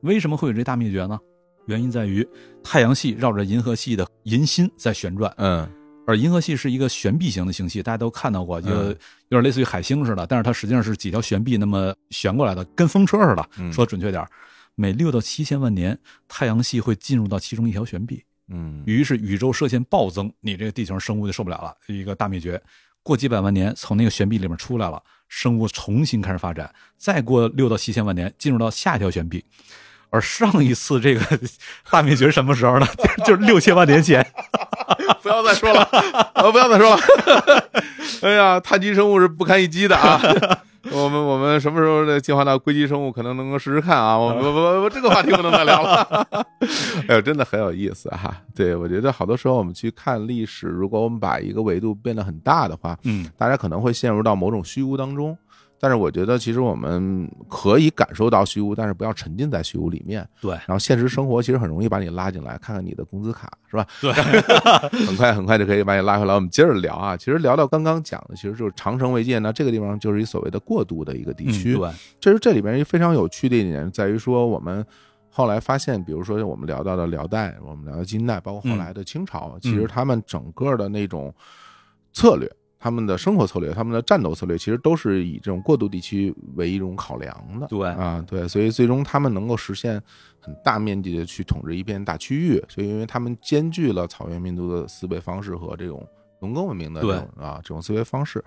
为什么会有这大灭绝呢？原因在于太阳系绕着银河系的银心在旋转，嗯而银河系是一个悬臂型的星系，大家都看到过，就嗯有点类似于海星似的，但是它实际上是几条悬臂那么悬过来的，跟风车似的。嗯说准确点儿，每六到七千万年，太阳系会进入到其中一条悬臂，嗯于是宇宙射线暴增，你这个地球上生物就受不了了，一个大灭绝。过几百万年，从那个悬臂里面出来了，生物重新开始发展，再过六到七千万年，进入到下一条悬臂。而上一次这个 (laughs) 大灭绝是什么时候呢？ (laughs) 就是六千万年前。不要再说了，啊，不要再说了。 (laughs) 哎呀，碳基生物是不堪一击的啊！ (laughs) 我们我们什么时候的进化到硅基生物，可能能够试试看啊！我我我我这个话题不能再聊了。 (laughs) 哎呦，真的很有意思哈、对，我觉得好多时候我们去看历史，如果我们把一个维度变得很大的话，嗯，大家可能会陷入到某种虚无当中。但是我觉得，其实我们可以感受到虚无，但是不要沉浸在虚无里面。对然后现实生活其实很容易把你拉进来，看看你的工资卡是吧？ (laughs) 对，很快很快就可以把你拉回来。我们接着聊啊，其实聊到刚刚讲的，其实就是长城为界呢，这个地方就是一所谓的过渡的一个地区。嗯对，这是这里边一非常有趣的一点，在于说我们后来发现，比如说我们聊到的辽代，我们聊到金代，包嗯括后来的清朝，其实他们整个的那种策略。他们的生活策略、他们的战斗策略，其实都是以这种过渡地区为一种考量的。对啊，对，所以最终他们能够实现很大面积的去统治一片大区域，所以因为他们兼具了草原民族的思维方式和这种农耕文明的这对种啊这种思维方式。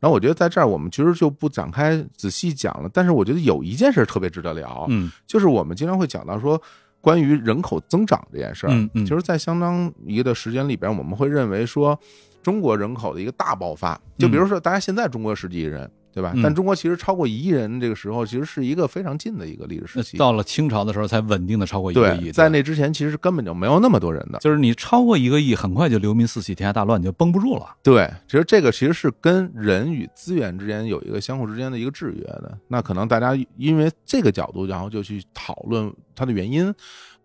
然后我觉得在这儿我们其实就不展开仔细讲了，但是我觉得有一件事儿特别值得聊，嗯就是我们经常会讲到说。关于人口增长这件事儿，嗯嗯其实，在相当一个时间里边，我们会认为说，中国人口的一个大爆发，就比如说，大家现在中国十几亿人，对吧？嗯但中国其实超过一亿人这个时候，其实是一个非常近的一个历史时期。到了清朝的时候才稳定的超过一个对，亿，在那之前其实根本就没有那么多人的。就是你超过一个亿，很快就流民四起，天下大乱，你就绷不住了。对，其实这个其实是跟人与资源之间有一个相互之间的一个制约的。那可能大家因为这个角度，然后就去讨论它的原因。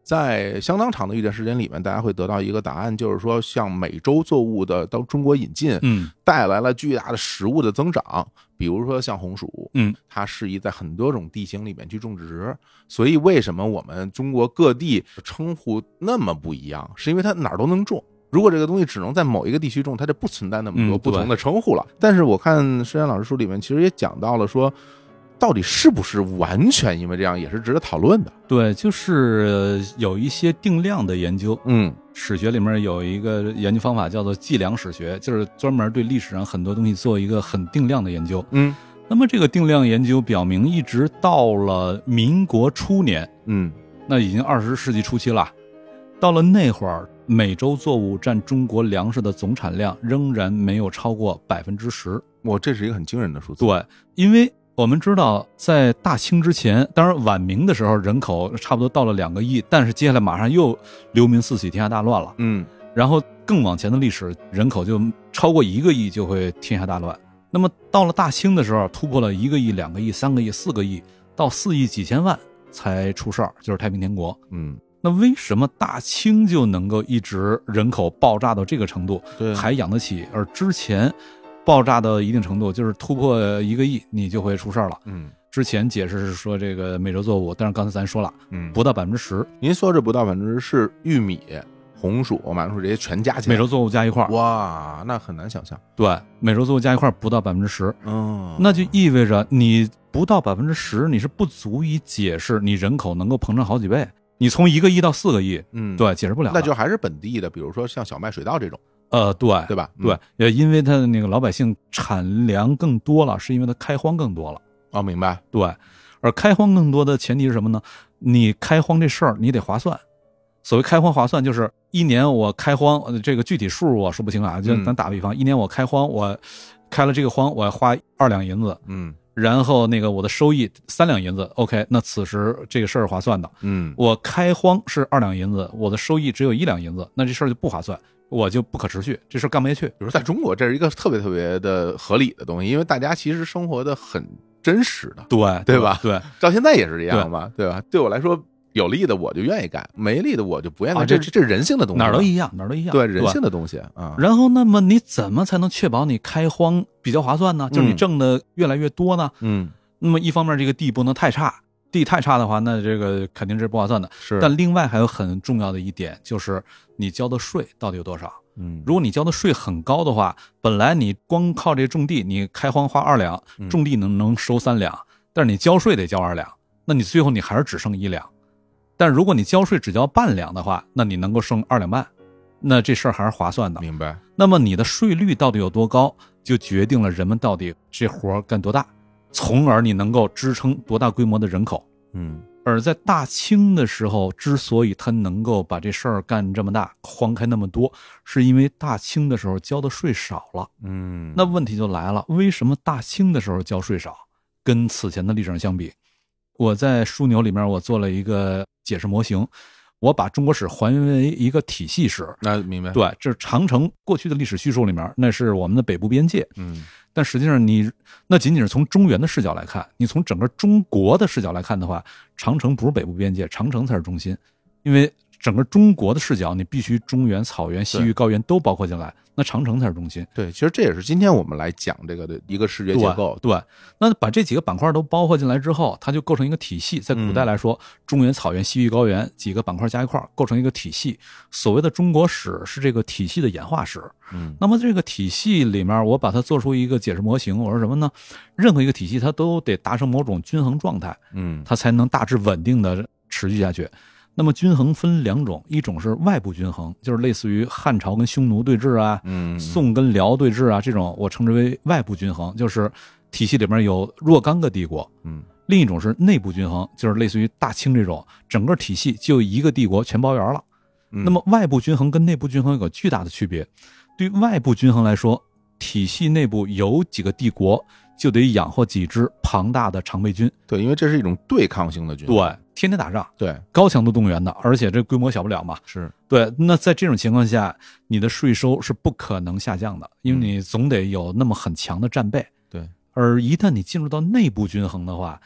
在相当长的一段时间里面，大家会得到一个答案，就是说，像美洲作物的到中国引进，嗯带来了巨大的食物的增长，比如说像红薯，嗯，它适宜在很多种地形里面去种植。所以为什么我们中国各地称呼那么不一样，是因为它哪儿都能种。如果这个东西只能在某一个地区种，它就不存在那么多嗯不对同的称呼了。但是我看施展老师书里面其实也讲到了说。到底是不是完全因为这样，也是值得讨论的。对，就是呃有一些定量的研究，嗯史学里面有一个研究方法叫做计量史学，就是专门对历史上很多东西做一个很定量的研究。嗯那么这个定量研究表明，一直到了民国初年，嗯那已经二十世纪初期了，到了那会儿，美洲作物占中国粮食的总产量仍然没有超过百分之十。我这是一个很惊人的数字。对，因为我们知道，在大清之前，当然晚明的时候人口差不多到了两个亿，但是接下来马上又流民四起，天下大乱了。嗯然后更往前的历史，人口就超过一个亿就会天下大乱。那么到了大清的时候，突破了一个亿、两个亿、三个亿、四个亿，到四亿几千万才出事儿，就是太平天国。嗯，那为什么大清就能够一直人口爆炸到这个程度？对，啊还养得起，而之前爆炸到一定程度，就是突破一个亿，你就会出事儿了。嗯之前解释是说这个美洲作物，但是刚才咱说了，嗯，不到百分之十，您说这不到百分之是玉米、红薯、马铃薯这些全加起来，美洲作物加一块儿，哇，那很难想象。对，美洲作物加一块儿不到百分之十，嗯那就意味着你不到百分之十，你是不足以解释你人口能够膨胀好几倍。你从一个亿到四个亿，嗯，对，解释不了的。那就还是本地的，比如说像小麦、水稻这种，呃，对对吧？嗯对，也因为它的那个老百姓产粮更多了，是因为它开荒更多了。哦，明白。对，而开荒更多的前提是什么呢？你开荒这事儿你得划算。所谓开荒划算，就是一年我开荒，呃这个具体数我说不清啊，就嗯咱打个比方，一年我开荒，我开了这个荒，我要花二两银子，嗯然后那个我的收益三两银子，OK，那此时这个事儿划算的。嗯我开荒是二两银子，我的收益只有一两银子，那这事儿就不划算，我就不可持续，这事儿干不下去。比如在中国，这是一个特别特别的合理的东西，因为大家其实生活的很真实的，对对吧对到现在也是这样吧，对吧？对我来说，有利的我就愿意干，没利的我就不愿意干。啊这这这是人性的东西，哪儿都一样，哪儿都一样。对人吧性的东西啊。然后，那么你怎么才能确保你开荒比较划算呢？就是你嗯挣的越来越多呢？嗯，那么一方面，这个地不能太差，地太差的话，那这个肯定是不划算的。是，但另外还有很重要的一点就是，你交的税到底有多少？嗯，如果你交的税很高的话，本来你光靠这种地，你开荒花二两，嗯种地能能收三两，但是你交税得交二两，那你最后你还是只剩一两。但如果你交税只交半两的话，那你能够剩二两半，那这事儿还是划算的。明白，那么你的税率到底有多高，就决定了人们到底这活儿干多大，从而你能够支撑多大规模的人口。嗯而在大清的时候，之所以他能够把这事儿干这么大，荒开那么多，是因为大清的时候交的税少了。嗯，那问题就来了，为什么大清的时候交税少？跟此前的历史上相比，我在枢纽里面我做了一个解释模型，我把中国史还原为一个体系史，那明白，，对，这是长城过去的历史叙述里面，那是我们的北部边界。嗯但实际上你，那仅仅是从中原的视角来看，你从整个中国的视角来看的话，长城不是北部边界，长城才是中心，因为整个中国的视角，你必须中原、草原、西域、高原都包括进来，那长城才是中心。对，其实这也是今天我们来讲这个的一个视觉结构，对，对那把这几个板块都包括进来之后，它就构成一个体系。在古嗯代来说，中原、草原、西域、高原几个板块加一块儿，构成一个体系。所谓的中国史是这个体系的演化史。嗯那么这个体系里面，我把它做出一个解释模型，我说什么呢？任何一个体系它都得达成某种均衡状态，嗯它才能大致稳定的持续下去。那么均衡分两种，一种是外部均衡，就是类似于汉朝跟匈奴对峙啊，嗯，宋跟辽对峙啊，这种我称之为外部均衡，就是体系里面有若干个帝国。嗯另一种是内部均衡，就是类似于大清这种，整个体系就一个帝国全包圆了。嗯那么外部均衡跟内部均衡有个巨大的区别。对于外部均衡来说，体系内部有几个帝国，就得养活几支庞大的常备军，对，因为这是一种对抗性的军，对，天天打仗，对高强度动员的，而且这规模小不了嘛。是，对，那在这种情况下，你的税收是不可能下降的，因为嗯你总得有那么很强的战备。对，而一旦你进入到内部均衡的话，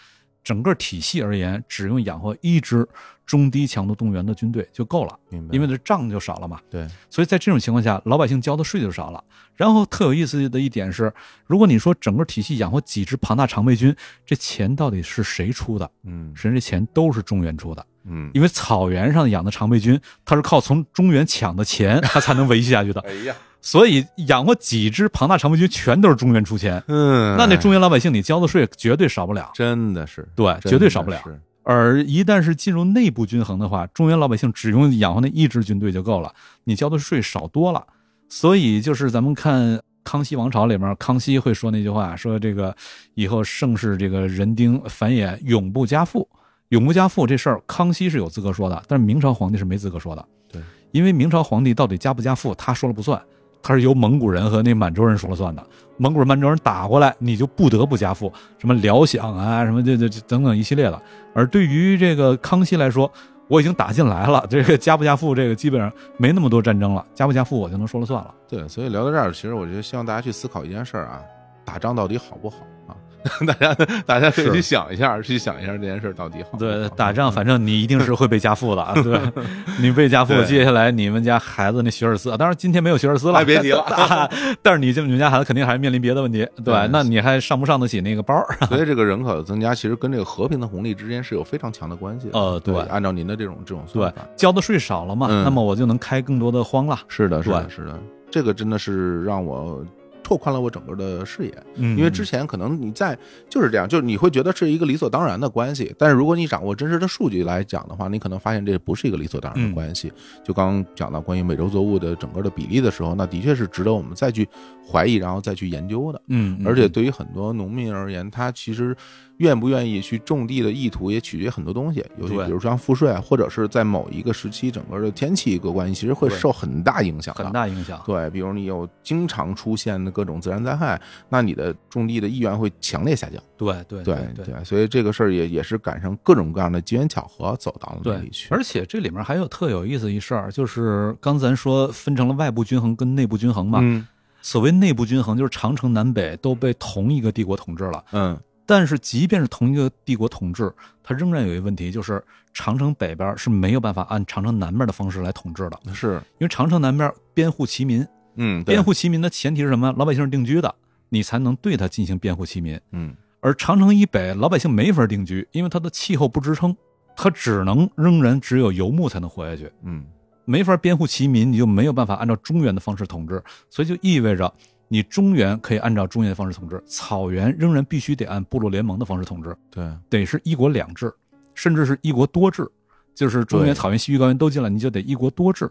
整个体系而言，只用养活一支中低强度动员的军队就够了，明白，因为这仗就少了嘛。对，所以在这种情况下，老百姓交的税就少了。然后特有意思的一点是，如果你说整个体系养活几支庞大常备军，这钱到底是谁出的？嗯实际这钱都是中原出的。嗯，因为草原上养的常备军，它是靠从中原抢的钱，它才能维系下去的。哎呀，所以养活几支庞大常备军，全都是中原出钱。嗯，那那中原老百姓，你交的税绝对少不了，真的是，对，真绝对的少不了。是而一旦是进入内部均衡的话，中原老百姓只用养活那一支军队就够了，你交的税少多了。所以就是咱们看《康熙王朝》里面，康熙会说那句话，说这个以后盛世这个人丁繁衍，永不加赋。永不加赋这事儿，康熙是有资格说的，但是明朝皇帝是没资格说的。对，因为明朝皇帝到底加不加赋，他说了不算，他是由蒙古人和那满洲人说了算的。蒙古人、满洲人打过来，你就不得不加赋，什么辽饷啊，什么这这这等等一系列的。而对于这个康熙来说，我已经打进来了，这个加不加赋，这个基本上没那么多战争了，加不加赋我就能说了算了。对，所以聊到这儿，其实我觉得希望大家去思考一件事儿啊，打仗到底好不好啊？ (laughs) 大家大家可以是去想一下，去想一下这件事儿到底好啊不好。对，打仗反正你一定是会被加赋的啊，对， (laughs) 你被加赋，对接下来你们家孩子那学而思，啊当然今天没有学而思了，哎别提了但 (laughs) 但是你这你们家孩子肯定还是面临别的问题，对吧对那你还上不上得起那个包？所以这个人口的增加，其实跟这个和平的红利之间是有非常强的关系的。 (laughs) 呃，对按照您的这种这种对算法，，交的税少了嘛，嗯那么我就能开更多的荒了，是的，是的，对是的，这个真的是让我拓宽了我整个的视野。嗯，因为之前可能你在就是这样，就是你会觉得是一个理所当然的关系，但是如果你掌握真实的数据来讲的话，你可能发现这不是一个理所当然的嗯关系。就刚刚讲到关于美洲作物的整个的比例的时候，那的确是值得我们再去怀疑，然后再去研究的。嗯，嗯，而且对于很多农民而言，他其实愿不愿意去种地的意图也取决于很多东西，尤其对比如说像赋税，啊或者是在某一个时期整个的天气一个关系，其实会对受很大影响的。很大影响。对，比如你有经常出现的各种自然灾害，那你的种地的意愿会强烈下降。对对对对所以这个事儿也也是赶上各种各样的机缘巧合走到了那里去。而且这里面还有特有意思一事儿，就是刚咱说分成了外部均衡跟内部均衡嘛。嗯所谓内部均衡，就是长城南北都被同一个帝国统治了。嗯，但是，即便是同一个帝国统治，它仍然有一个问题，就是长城北边是没有办法按长城南边的方式来统治的，是，因为长城南边编户齐民，嗯，对编，户齐民的前提是什么？老百姓是定居的，你才能对它进行编户齐民。嗯而长城以北，老百姓没法定居，因为它的气候不支撑，它只能仍然只有游牧才能活下去，嗯没法编户齐民，你就没有办法按照中原的方式统治，所以就意味着你中原可以按照中原的方式统治，草原仍然必须得按部落联盟的方式统治，对，得是一国两制，甚至是一国多制，就是中原、对草原、西域、高原都进来，你就得一国多制。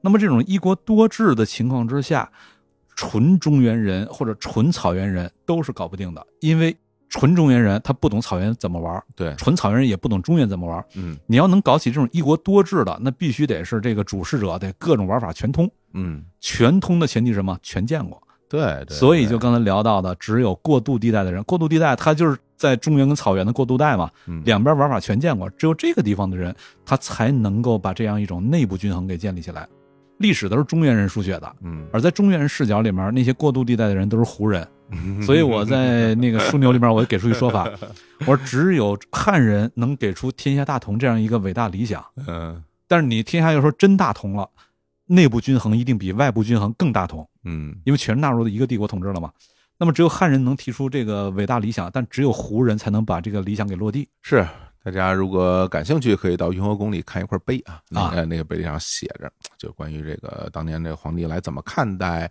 那么这种一国多制的情况之下，纯中原人或者纯草原人都是搞不定的，因为纯中原人他不懂草原怎么玩，对，纯草原人也不懂中原怎么玩。嗯你要能搞起这种一国多制的，那必须得是这个主事者得各种玩法全通，嗯，全通的前提是什么？全见过。对，对所以对就刚才聊到的，只有过渡地带的人，过渡地带他就是在中原跟草原的过渡带嘛，嗯两边玩法全见过，只有这个地方的人，他才能够把这样一种内部均衡给建立起来。历史都是中原人书写的，嗯，而在中原人视角里面，那些过渡地带的人都是胡人，嗯所以我在那个枢纽里面，我给出一 (laughs) 说法，我说只有汉人能给出天下大同这样一个伟大理想，嗯但是你天下要说真大同了，内部均衡一定比外部均衡更大同。嗯因为全是纳入的一个帝国统治了嘛。那么只有汉人能提出这个伟大理想，但只有胡人才能把这个理想给落地。是。大家如果感兴趣，可以到雍和宫里看一块碑啊，那啊个那个碑上写着，就关于这个当年这个皇帝来怎么看待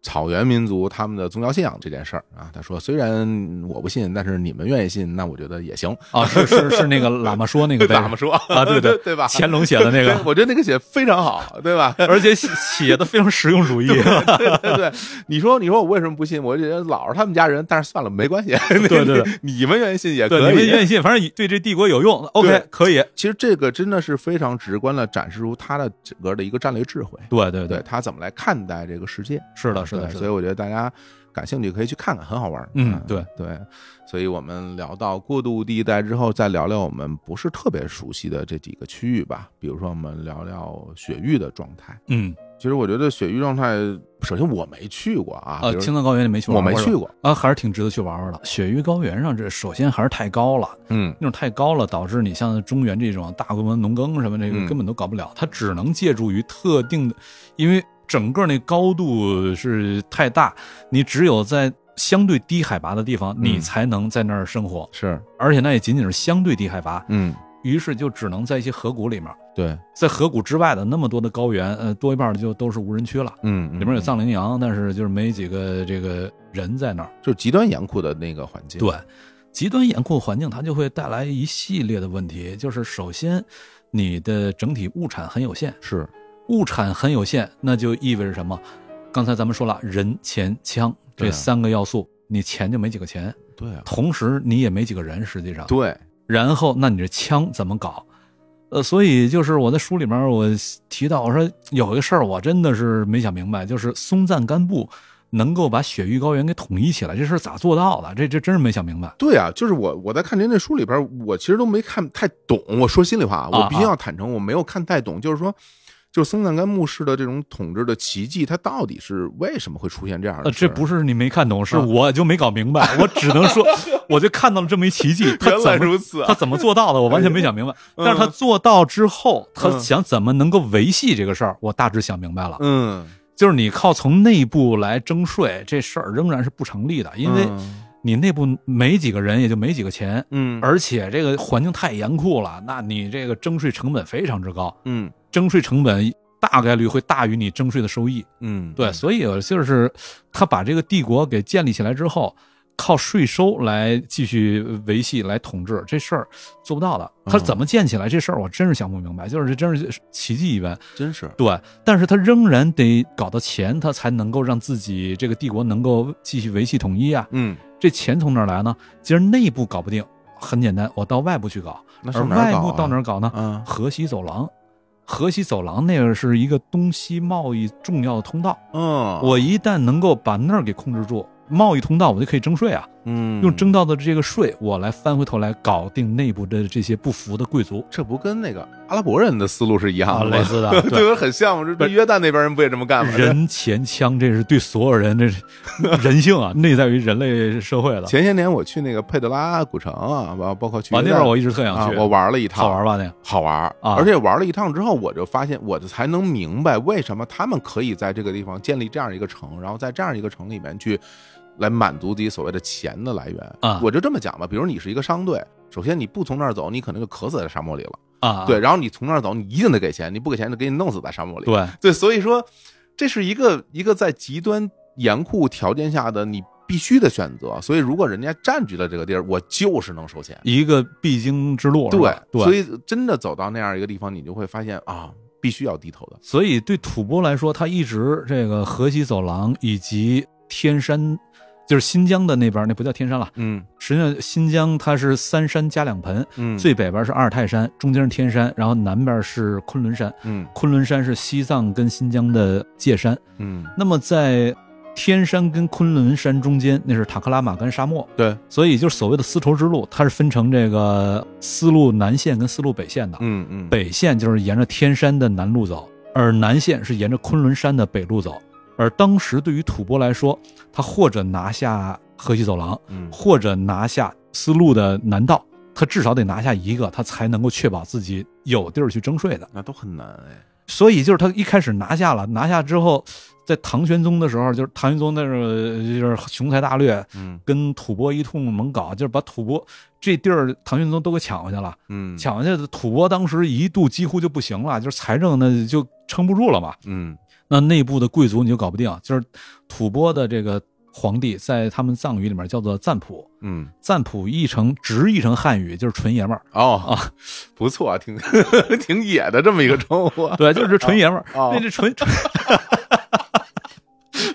草原民族他们的宗教信仰这件事儿啊。他说，虽然我不信，但是你们愿意信，那我觉得也 (laughs) 行。啊，是是是那个 (laughs) 喇嘛说那个咋么说啊对对对对吧？ (laughs) 乾隆写的那对个，我觉得那个写非常好，对吧？ (laughs) (laughs) 而且写的非常实用 (laughs) 主义。对对对，你说你说我为什么不信？我觉得老是他们家人，但是算了，没关系。 (laughs) 对对对你们愿意信也可对，以。你们愿意信，反正对这帝国有用，OK，可以。其实这个真的是非常直观的展示出他的整个的一个战略智慧，对对对对，他怎么来看待这个世界。是的，是的，对是所以的。我觉得大家感兴趣可以去看看，很好玩儿。嗯啊对对，所以我们聊到过渡地带之后，再聊聊我们不是特别熟悉的这几个区域吧，比如说我们聊聊雪域的状态。嗯，其实我觉得雪域状态，首先我没去过啊，呃，比如青藏高原你没去玩我过没是吧？去过，啊，还是挺值得去玩玩的。雪域高原上，这首先还是太高了，嗯那种太高了，导致你像中原这种大规模农耕什么这个嗯根本都搞不了，它只能借助于特定的，因为整个那高度是太大，你只有在相对低海拔的地方，嗯你才能在那儿生活，是，而且那也仅仅是相对低海拔，嗯于是就只能在一些河谷里面，对，在河谷之外的那么多的高原，呃，多一半就都是无人区了，嗯嗯里面嗯有藏羚羊，但是就是没几个这个人在那儿。就是极端严酷的那个环境，对，极端严酷环境它就会带来一系列的问题，就是首先你的整体物产很有限，是，物产很有限，那就意味着什么？刚才咱们说了，人、钱、枪对这啊三个要素，你钱就没几个钱，对啊，同时你也没几个人，实际上。对，然后，那你这枪怎么搞？呃，所以就是我在书里面我提到，我说有一个事儿我真的是没想明白，就是松赞干布能够把雪域高原给统一起来，这事儿咋做到的？这这真是没想明白。对啊，就是我我在看您那书里边，我其实都没看太懂。我说心里话啊，啊我必须要坦诚，我没有看太懂。就是说，就是松赞干布式的这种统治的奇迹，它到底是为什么会出现这样呃，的事这儿？不是你没看懂，是啊我就没搞明白，我只能说，我就看到了这么一奇迹，他 (laughs) 原来怎么如此他啊！怎么做到的，我完全没想明白。嗯但是他做到之后，他嗯想怎么能够维系这个事儿，我大致想明白了， (laughs) 嗯，就是你靠从内部来征税这事儿仍然是不成立的，因为你内部没几个人，也就没几个钱。嗯而且这个环境太严酷了，那你这个征税成本非常之高，嗯征税成本大概率会大于你征税的收益。嗯，对，所以就是他把这个帝国给建立起来之后，靠税收来继续维系、来统治这事儿做不到的。他嗯怎么建起来这事儿，我真是想不明白，就是这真是奇迹一般。真是对，但是他仍然得搞到钱，他才能够让自己这个帝国能够继续维系统一啊。嗯这钱从哪儿来呢？既然内部搞不定，很简单，我到外部去搞。那而上哪儿外搞、部啊？到哪儿搞呢？啊？河西走廊，河西走廊那个是一个东西贸易重要的通道。嗯，我一旦能够把那儿给控制住，贸易通道我就可以征税啊，嗯，用征到的这个税，我来翻回头来搞定内部的这些不服的贵族这不跟那个阿拉伯人的思路是一样啊，的吗？(laughs) 类似的，对，对。我很像，这这约旦那边人不也这么干吗？ (laughs) 人前枪，这是对所有人，这是人性啊，内在于人类社会的。前些年我去那个佩德拉古城啊，包包括去啊，那约边旦儿我一直特想啊去，，我玩了一趟，好玩吧？那个好玩儿啊而且玩了一趟之后，我就发现，我才能明白为什么他们可以在这个地方建立这样一个城，然后在这样一个城里面去来满足自己所谓的钱的来源啊我就这么讲吧，比如你是一个商队，首先你不从那儿走，你可能就渴死在沙漠里了，啊，对，然后你从那儿走，你一定得给钱，你不给钱就给你弄死在沙漠里，对，对，所以说这是一个一个在极端严酷条件下的你必须的选择。所以如果人家占据了这个地儿，我就是能收钱。一个必经之路。是对吧，对，所以真的走到那样一个地方，你就会发现啊，必须要低头的。所以对吐蕃来说，它一直这个河西走廊以及天山，就是新疆的那边，那不叫天山了。嗯实际上，新疆它是三山加两盆，嗯最北边是阿尔泰山，中间是天山，然后南边是昆仑山。嗯昆仑山是西藏跟新疆的界山。嗯那么在天山跟昆仑山中间，那是塔克拉玛干沙漠。对，所以就是所谓的丝绸之路，它是分成这个丝路南线跟丝路北线的。嗯嗯北线就是沿着天山的南路走，而南线是沿着昆仑山的北路走。而当时对于吐蕃来说，他或者拿下河西走廊，嗯或者拿下丝路的南道，他至少得拿下一个，他才能够确保自己有地儿去征税的。那都很难哎。所以就是他一开始拿下了，拿下之后，在唐玄宗的时候，就是唐玄宗那时候就是雄才大略，嗯跟吐蕃一通猛搞，就是把吐蕃这地儿唐玄宗都给抢回去了。嗯抢回去的吐蕃当时一度几乎就不行了，就是财政呢就撑不住了嘛。嗯那内部的贵族你就搞不定，就是吐蕃的这个皇帝，在他们藏语里面叫做赞普，嗯赞普译成直译成汉语就是纯爷们儿，哦啊，不错，挺 (laughs) 挺野的这么一个称呼， (laughs) 啊 (laughs) 对，就是纯爷们儿。哦那这 (laughs) 纯纯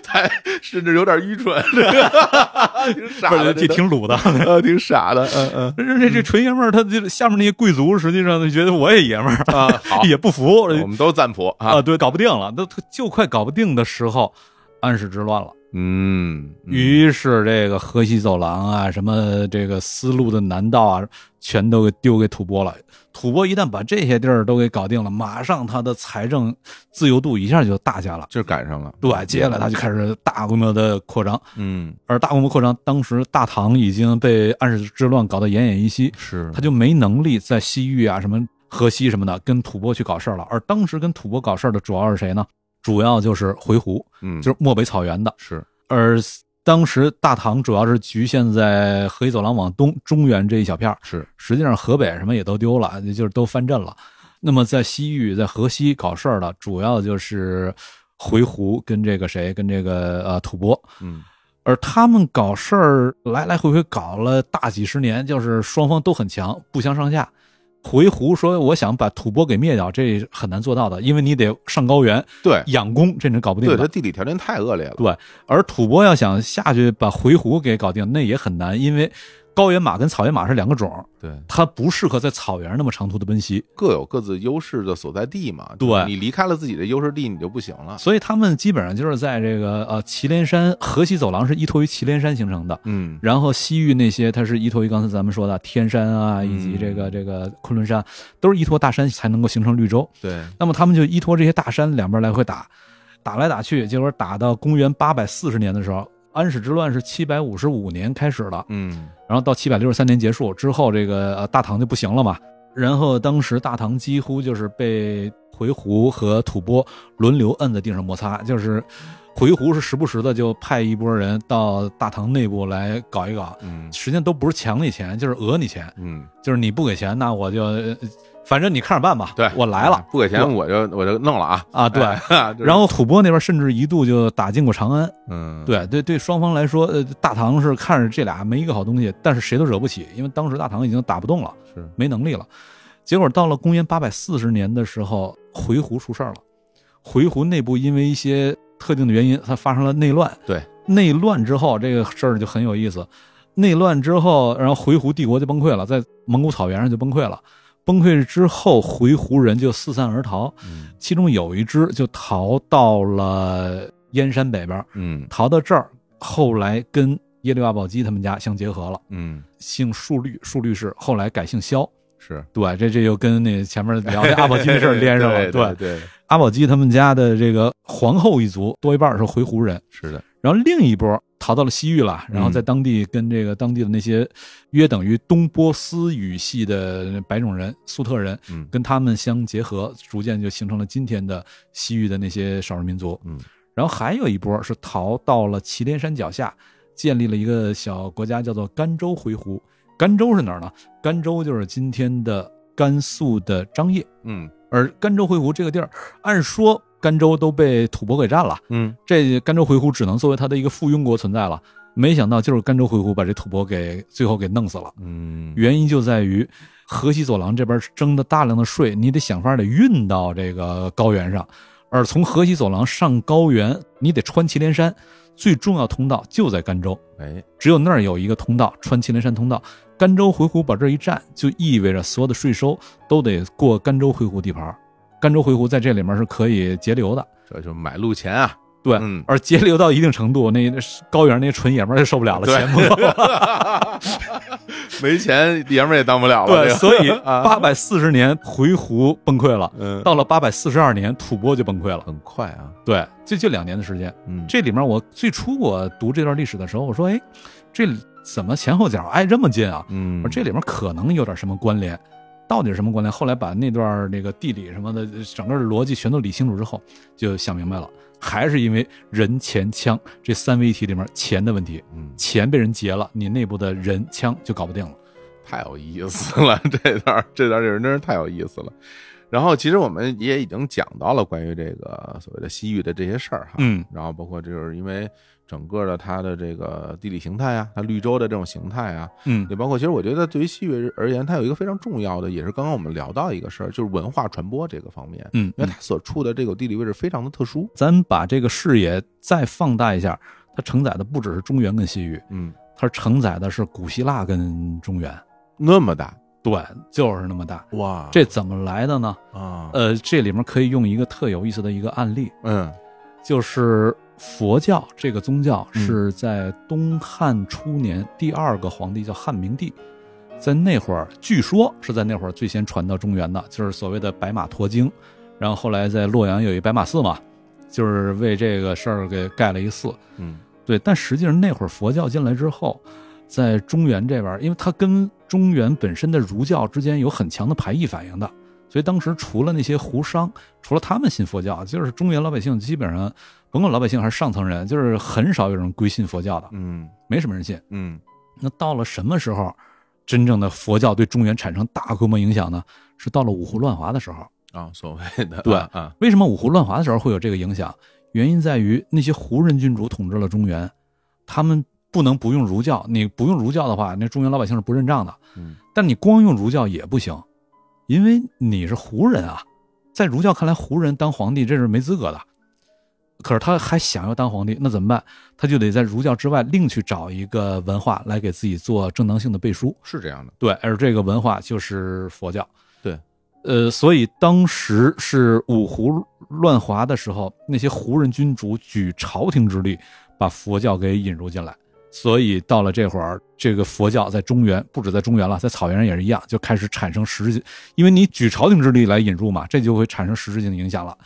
太甚至有点愚蠢，挺傻不是的， (laughs) 这挺鲁 (laughs) 的。呃挺傻的，嗯嗯。这这纯爷们儿，他这下面那些贵族实际上就觉得我也爷们儿， (laughs) 啊，好， (laughs) 也不服我们都赞普啊啊，，对，搞不定了。那就快搞不定的时候，安史之乱了。嗯，嗯于是这个河西走廊啊，什么这个丝路的南道啊，全都给丢给吐蕃了。吐蕃一旦把这些地儿都给搞定了，马上他的财政自由度一下就大下了。这赶上了，对，接下来他就开始大规模的扩张，嗯，而大规模扩张，当时大唐已经被安史之乱搞得奄奄一息，是他就没能力在西域啊、什么河西什么的跟吐蕃去搞事儿了。而当时跟吐蕃搞事儿的主要是谁呢？主要就是回鹘，嗯，就是漠北草原的。是，而当时大唐主要是局限在河西走廊往东中原这一小片儿，是实际上河北什么也都丢了，也就是都藩镇了。那么在西域，在河西搞事儿的，主要就是回鹘跟这个谁，跟这个呃吐蕃。嗯而他们搞事儿来来回回搞了大几十年，就是双方都很强，不相上下。回鹘说我想把吐蕃给灭掉，这很难做到的，因为你得上高原 (laughs) 对养功，这你搞不定对，的。它地理条件太恶劣了，对，而吐蕃要想下去把回鹘给搞定，那也很难，因为高原马跟草原马是两个种，对，它不适合在草原那么长途的奔袭，各有各自优势的所在地嘛，对就是你离开了自己的优势地，你就不行了，所以他们基本上就是在这个呃祁连山河西走廊是依托于祁连山形成的。嗯然后西域那些，它是依托于刚才咱们说的天山啊，以及嗯这个这个昆仑山，都是依托大山才能够形成绿洲。对，那么他们就依托这些大山两边来回打，打来打去，结果打到公元八百四十年的时候，安史之乱是七百五十五年开始的，嗯然后到七百六十三年结束之后，这个、呃大唐就不行了嘛。然后当时大唐几乎就是被回鹘和吐蕃轮流摁在地上摩擦，就是回鹘是时不时的就派一波人到大唐内部来搞一搞，嗯实际上都不是抢你钱，就是讹你钱，嗯，就是你不给钱，那我就呃反正你看着办吧，对嗯我来了不给钱我就我就弄了啊，啊，对。 (laughs) 然然后吐蕃那边甚至一度就打进过长安，嗯，对对对，双方来说，呃，大唐是看着这俩没一个好东西，但是谁都惹不起，因为当时大唐已经打不动了，是，没能力了。结果到了公元八百四十年的时候，回鹘出事儿了。回鹘内部因为一些特定的原因，它发生了内乱。对，内乱之后，这个事儿就很有意思。内乱之后，然后回鹘帝国就崩溃了，在蒙古草原上就崩溃了。崩溃之后，回鹘人就四散而逃，嗯其中有一支就逃到了燕山北边，嗯逃到这儿，后来跟耶律阿保机他们家相结合了，嗯，姓述律，述律氏，后来改姓萧。是对，这这又跟那前面聊的阿保机的事儿连上了。 (laughs) 对对，阿保机他们家的这个皇后一族多一半是回鹘人，是的，然后另一波逃到了西域了，然后嗯在当地跟这个当地的那些约等于东波斯语系的白种人、粟特人，嗯跟他们相结合，逐渐就形成了今天的西域的那些少数民族。嗯，然后还有一波是逃到了祁连山脚下，建立了一个小国家，叫做甘州回鹘。甘州是哪儿呢？甘州就是今天的甘肃的张掖。嗯而甘州回鹘这个地儿，按说甘州都被吐蕃给占了，嗯这甘州回鹘只能作为他的一个附庸国存在了。没想到就是甘州回鹘把这吐蕃给最后给弄死了，嗯，原因就在于河西走廊这边征的大量的税，你得想法得运到这个高原上，而从河西走廊上高原，你得穿祁连山，最重要通道就在甘州。哎，只有那儿有一个通道，穿祁连山通道。甘州回鹘把这一占，就意味着所有的税收都得过甘州回鹘地盘儿。甘州回鹘在这里面是可以节流的，这就买路钱啊，对。嗯，而节流到一定程度，那那高原那些蠢爷们儿就受不了了，对钱 (laughs) 不够。没钱爷们儿也当不了了，对，这个所以啊八百四十年回鹘崩溃了，嗯， (laughs) 到了八百四十二年吐蕃就崩溃了。很快啊，对，这就两年的时间。嗯，这里面我最初我读这段历史的时候，我说，哎，这怎么前后脚挨这么近啊？嗯而这里面可能有点什么关联，到底是什么关联？后来把那段那个地理什么的整个逻辑全都理清楚之后，就想明白了，还是因为人、钱、枪这三位一体里面钱的问题，嗯钱被人劫了，你内部的人枪就搞不定了。太有意思了， (laughs) 这段儿这段儿这人真是太有意思了。然后其实我们也已经讲到了关于这个所谓的西域的这些事儿哈，嗯，然后包括就是因为整个的它的这个地理形态啊，它绿洲的这种形态啊，嗯也包括其实我觉得对于西域而言，它有一个非常重要的，也是刚刚我们聊到一个事儿，就是文化传播这个方面，嗯因为它所处的这个地理位置非常的特殊，咱把这个视野再放大一下，它承载的不只是中原跟西域，嗯，它承载的是古希腊跟中原。那么大对，就是那么大。哇这怎么来的呢？啊，呃，这里面可以用一个特有意思的一个案例，嗯就是佛教这个宗教嗯是在东汉初年第二个皇帝叫汉明帝，在那会儿据说是在那会儿最先传到中原的，就是所谓的白马驮经。然后后来在洛阳有一白马寺嘛，就是为这个事儿给盖了一寺。嗯对，但实际上那会儿佛教进来之后，在中原这边儿，因为它跟中原本身的儒教之间有很强的排异反应的，所以当时除了那些胡商，除了他们信佛教，就是中原老百姓基本上，甭管老百姓还是上层人，就是很少有人归信佛教的，嗯没什么人信。嗯那到了什么时候，真正的佛教对中原产生大规模影响呢？是到了五胡乱华的时候。啊，所谓的对啊，为什么五胡乱华的时候会有这个影响？原因在于那些胡人君主统治了中原，他们不能不用儒教。你不用儒教的话，那中原老百姓是不认账的。嗯但你光用儒教也不行，因为你是胡人啊，在儒教看来，胡人当皇帝这是没资格的。可是他还想要当皇帝，那怎么办？他就得在儒教之外另去找一个文化来给自己做正当性的背书。是这样的，对，而这个文化就是佛教。对，呃，所以当时是五胡乱华的时候，那些胡人君主举朝廷之力把佛教给引入进来，所以到了这会儿，这个佛教在中原不止在中原了，在草原上也是一样，就开始产生实质，因为你举朝廷之力来引入嘛，这就会产生实质性的影响了。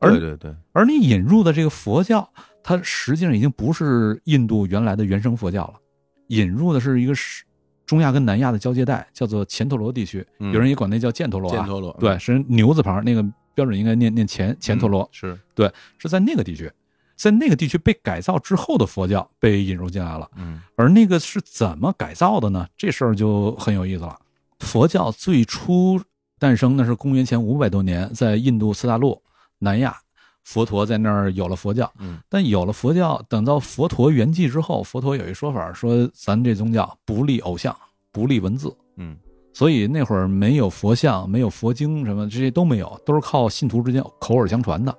而对对对，而你引入的这个佛教，它实际上已经不是印度原来的原生佛教了，引入的是一个是中亚跟南亚的交界带，叫做犍陀罗地区，嗯有人也管那叫犍陀罗、啊。犍陀罗对，是牛字旁，那个标准应该念念前前陀罗，嗯是是在那个地区，在那个地区被改造之后的佛教被引入进来了。嗯而那个是怎么改造的呢？这事儿就很有意思了。佛教最初诞生那是公元前五百多年，在印度次大陆、南亚，佛陀在那儿有了佛教。嗯，但有了佛教，等到佛陀圆寂之后，佛陀有一说法说，咱这宗教不立偶像，不立文字，嗯所以那会儿没有佛像，没有佛经，什么这些都没有，都是靠信徒之间口耳相传的。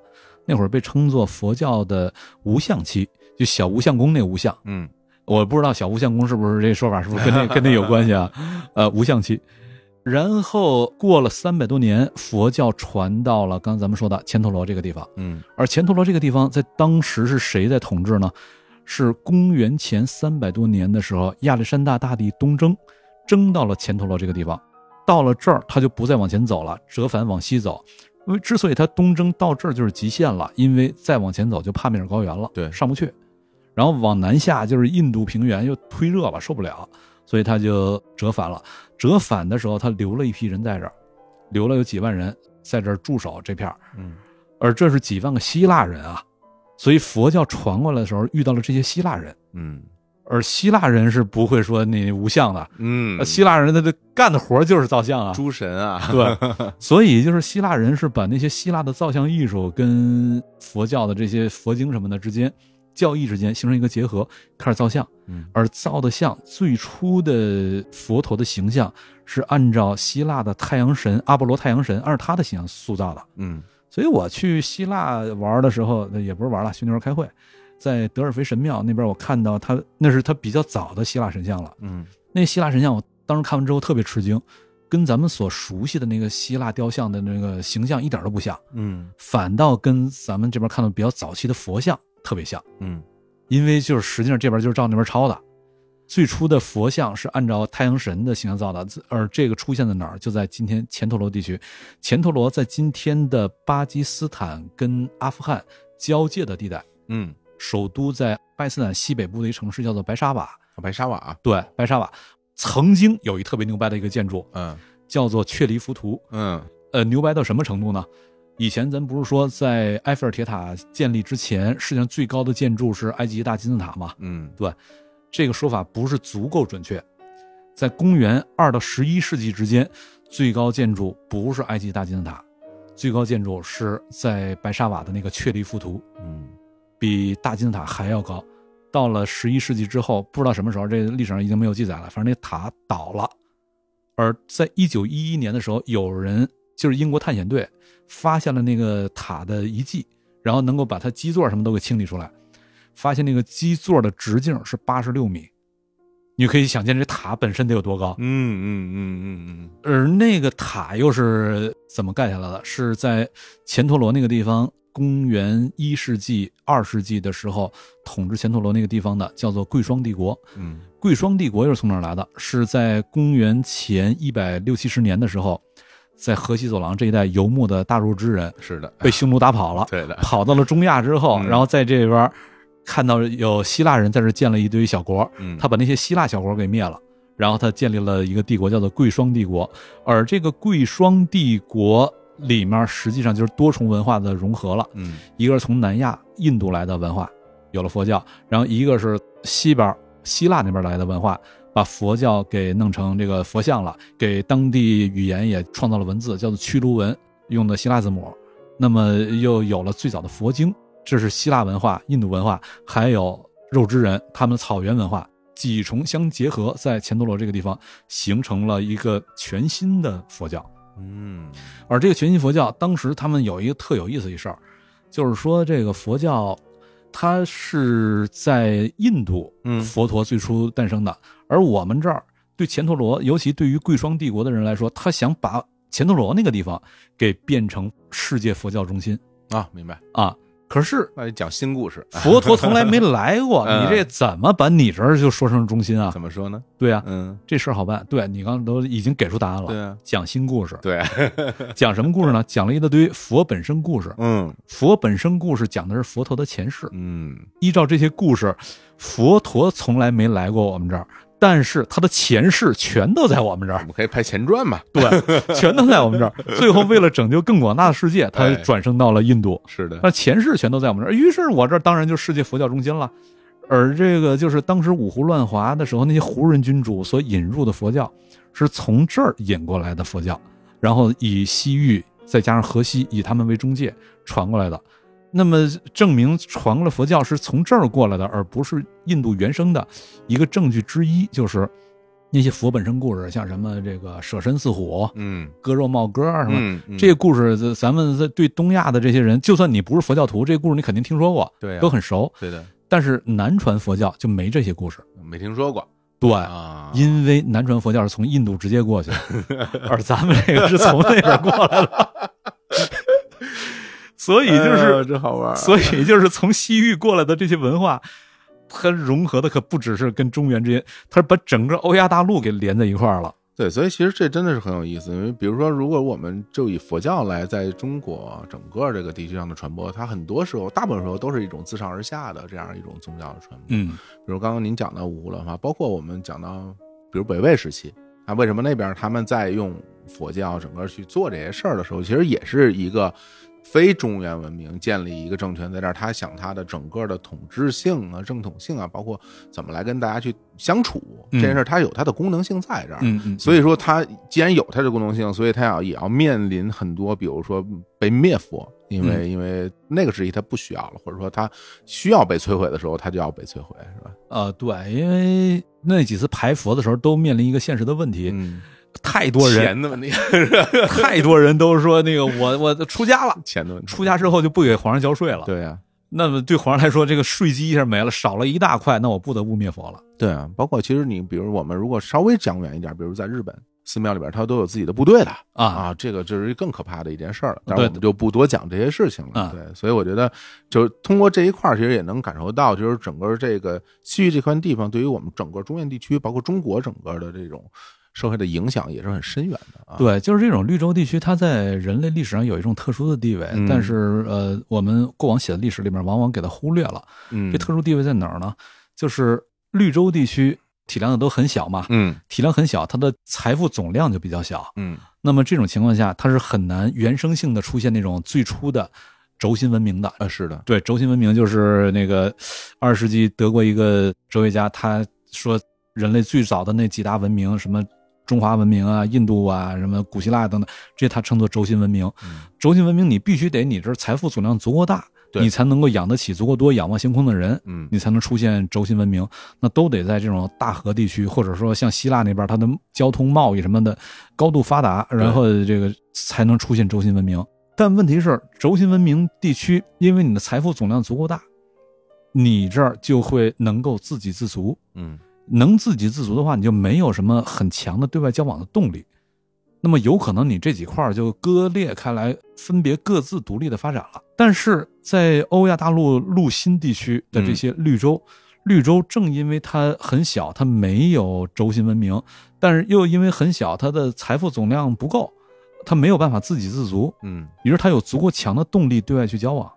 那会儿被称作佛教的无相期，就小无相功那个无相。嗯我不知道小无相公是不是这说法是不是跟那跟那有关系啊？ (laughs) 呃，无相期。然后过了三百多年，佛教传到了刚才咱们说的犍陀罗这个地方。嗯而犍陀罗这个地方在当时是谁在统治呢？是公元前三百多年的时候，亚历山大大帝东征，征到了犍陀罗这个地方。到了这儿，他就不再往前走了，折返往西走。因为之所以他东征到这儿就是极限了，因为再往前走就帕米尔高原了，对上不去。然后往南下就是印度平原，又忒热了，受不了，所以他就折返了。折返的时候，他留了一批人在这儿，留了有几万人在这儿驻守这片儿。嗯而这是几万个希腊人啊，所以佛教传过来的时候遇到了这些希腊人，嗯而希腊人是不会说你无相的，嗯呃，希腊人他的干的活就是造像啊，诸神 (laughs) 啊，对，所以就是希腊人是把那些希腊的造像艺术跟佛教的这些佛经什么的之间教义之间形成一个结合，开始造像，嗯而造的像最初的佛陀的形象是按照希腊的太阳神阿波罗太阳神按照他的形象塑造的。嗯所以我去希腊玩的时候，也不是玩了，去那边开会，在德尔菲神庙那边，我看到他那是他比较早的希腊神像了。嗯那希腊神像，我当时看完之后特别吃惊，跟咱们所熟悉的那个希腊雕像的那个形象一点都不像，嗯反倒跟咱们这边看到比较早期的佛像特别像，嗯因为就是实际上这边就是照那边抄的。最初的佛像是按照太阳神的形象造的，而这个出现在哪儿？就在今天犍陀罗地区。犍陀罗在今天的巴基斯坦跟阿富汗交界的地带，嗯，首都在巴基斯坦西北部的一城市叫做白沙瓦。啊白沙瓦，对，白沙瓦曾经有一特别牛掰的一个建筑，嗯叫做雀离浮屠。嗯呃，牛掰到什么程度呢？以前咱不是说在埃菲尔铁塔建立之前，世界上最高的建筑是埃及大金字塔吗？嗯这个说法不是足够准确。在公元二到十一世纪之间，最高建筑不是埃及大金字塔，最高建筑是在白沙瓦的那个确立浮屠，嗯比大金字塔还要高。到了十一世纪之后，不知道什么时候，这历史上已经没有记载了。反正那塔倒了。而在一九一一年的时候，有人就是英国探险队发现了那个塔的遗迹，然后能够把它基座什么都给清理出来，发现那个基座的直径是八十六米。你可以想见这塔本身得有多高嗯，嗯嗯嗯而那个塔又是怎么盖下来的？是在犍陀罗那个地方，公元一世纪、二世纪的时候统治犍陀罗那个地方的，叫做贵霜帝国。嗯贵霜帝国又是从哪儿来的？是在公元前一百六七十年的时候，在河西走廊这一带游牧的大入之人嗯，是的，被匈奴打跑了，对的，跑到了中亚之后，嗯然后在这边看到有希腊人在这建了一堆小国，嗯，他把那些希腊小国给灭了，然后他建立了一个帝国，叫做贵霜帝国。而这个贵霜帝国里面，实际上就是多重文化的融合了，嗯一个是从南亚印度来的文化，有了佛教，然后一个是西边希腊那边来的文化。把佛教给弄成这个佛像了，给当地语言也创造了文字，叫做驱卢文，用的希腊字母。那么又有了最早的佛经，这是希腊文化、印度文化，还有肉之人他们的草原文化，几重相结合，在钱多罗这个地方形成了一个全新的佛教。嗯而这个全新佛教，当时他们有一个特有意思一事儿，就是说这个佛教，它是在印度嗯佛陀最初诞生的，而我们这儿对犍陀罗，尤其对于贵霜帝国的人来说，他想把犍陀罗那个地方给变成世界佛教中心。啊，明白。啊。可是那就讲新故事，佛陀从 (laughs) 来没来过，嗯你这怎么把你这儿就说成中心啊怎？么说呢？对啊，嗯，这事儿好办。对你刚刚都已经给出答案对了，啊，讲新故事，对，讲什么故事呢？讲了一大堆佛本身故事。嗯佛本身故事讲的是佛陀的前世。嗯依照这些故事，佛陀从来没来过我们这儿，但是他的前世全都在我们这我儿，们可以拍前传嘛？对，全都在我们这儿。最后为了拯救更广大的世界，他哎转生到了印度。是的，那前世全都在我们这儿，于是我这儿当然就世界佛教中心了。而这个就是当时五胡乱华的时候，那些胡人君主所引入的佛教，是从这儿引过来的佛教，然后以西域再加上河西，以他们为中介传过来的。那么证明传过来佛教是从这儿过来的，而不是印度原生的一个证据之一，就是那些佛本身故事，像什么这个舍身似虎、嗯割肉冒戈什么，嗯，嗯这个故事，咱咱们在对东亚的这些人，就算你不是佛教徒，这个故事你肯定听说过，对啊都很熟。对的，但是南传佛教就没这些故事。没听说过对，啊，因为南传佛教是从印度直接过去的， (laughs) 而咱们这个是从那边儿过来的， (laughs) 所以就哎呦是，真好玩儿，所以就是从西域过来的这些文化，它融合的可不只是跟中原之间，它是把整个欧亚大陆给连在一块儿了。对，所以其实这真的是很有意思。因为比如说，如果我们就以佛教来在中国整个这个地区上的传播，它很多时候、大部分时候都是一种自上而下的这样一种宗教的传播。嗯比如刚刚您讲到五胡乱华，包括我们讲到，比如北魏时期，啊，为什么那边他们在用佛教整个去做这些事儿的时候，其实也是一个非中原文明建立一个政权在这儿，他想他的整个的统治性啊、正统性啊，包括怎么来跟大家去相处这件事儿，它有它的功能性在这儿。嗯嗯，所以说，它既然有它的功能性，所以它要也要面临很多，比如说被灭佛，因为、因为那个时期它不需要了，或者说它需要被摧毁的时候，它就要被摧毁，是吧？呃，对，因为那几次排佛的时候都面临一个现实的问题，嗯，太多人，钱的问题， (laughs) 太多人都说那个我我出家了，钱的问题，出家之后就不给皇上交税了。对啊呀、那么对皇上来说，这个税基一下没了，少了一大块，那我不得不灭佛了。对啊，包括其实你比如我们如果稍微讲远一点，比如在日本寺庙里边，它都有自己的部队的啊啊，这个就是更可怕的一件事儿了。对但是我们就不多讲这些事情了啊。对，所以我觉得就是通过这一块儿，其实也能感受到，就是整个这个西域这块地方对于我们整个中原地区，包括中国整个的这种社会的影响也是很深远的啊。对，就是这种绿洲地区，它在人类历史上有一种特殊的地位，嗯但是呃，我们过往写的历史里面往往给它忽略了。嗯，这特殊地位在哪儿呢？就是绿洲地区体量都很小嘛，嗯体量很小，它的财富总量就比较小。嗯那么这种情况下，它是很难原生性的出现那种最初的轴心文明的。呃啊，是的，对，轴心文明就是那个二世纪德国一个哲学家，他说人类最早的那几大文明，什么中华文明啊、印度啊、什么古希腊等等，这些他称作轴心文明。嗯轴心文明，你必须得你这儿财富总量足够大，对你才能够养得起足够多仰望星空的人。嗯你才能出现轴心文明，那都得在这种大河地区，或者说像希腊那边，它的交通、贸易什么的高度发达，然后这个才能出现轴心文明。但问题是，轴心文明地区，因为你的财富总量足够大，你这儿就会能够自给自足。嗯能自给自足的话，你就没有什么很强的对外交往的动力。那么有可能你这几块儿就割裂开来，分别各自独立的发展了。但是在欧亚大陆陆新地区的这些绿洲，绿洲正因为它很小，它没有轴心文明，但是又因为很小，它的财富总量不够，它没有办法自给自足，嗯，于是它有足够强的动力对外去交往。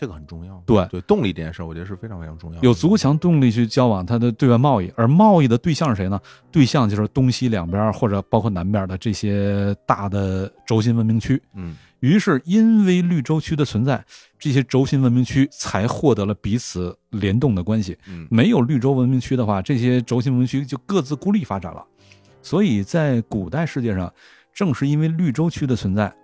这个很重要。对对，动力这件事儿，我觉得是非常非常重要的。有足够强动力去交往它的对外贸易，而贸易的对象是谁呢？对象就是东西两边儿或者包括南边儿的这些大的轴心文明区。嗯。于是，因为绿洲区的存在，这些轴心文明区才获得了彼此联动的关系。嗯没有绿洲文明区的话，这些轴心文明区就各自孤立发展了。所以在古代世界上，正是因为绿洲区的存在，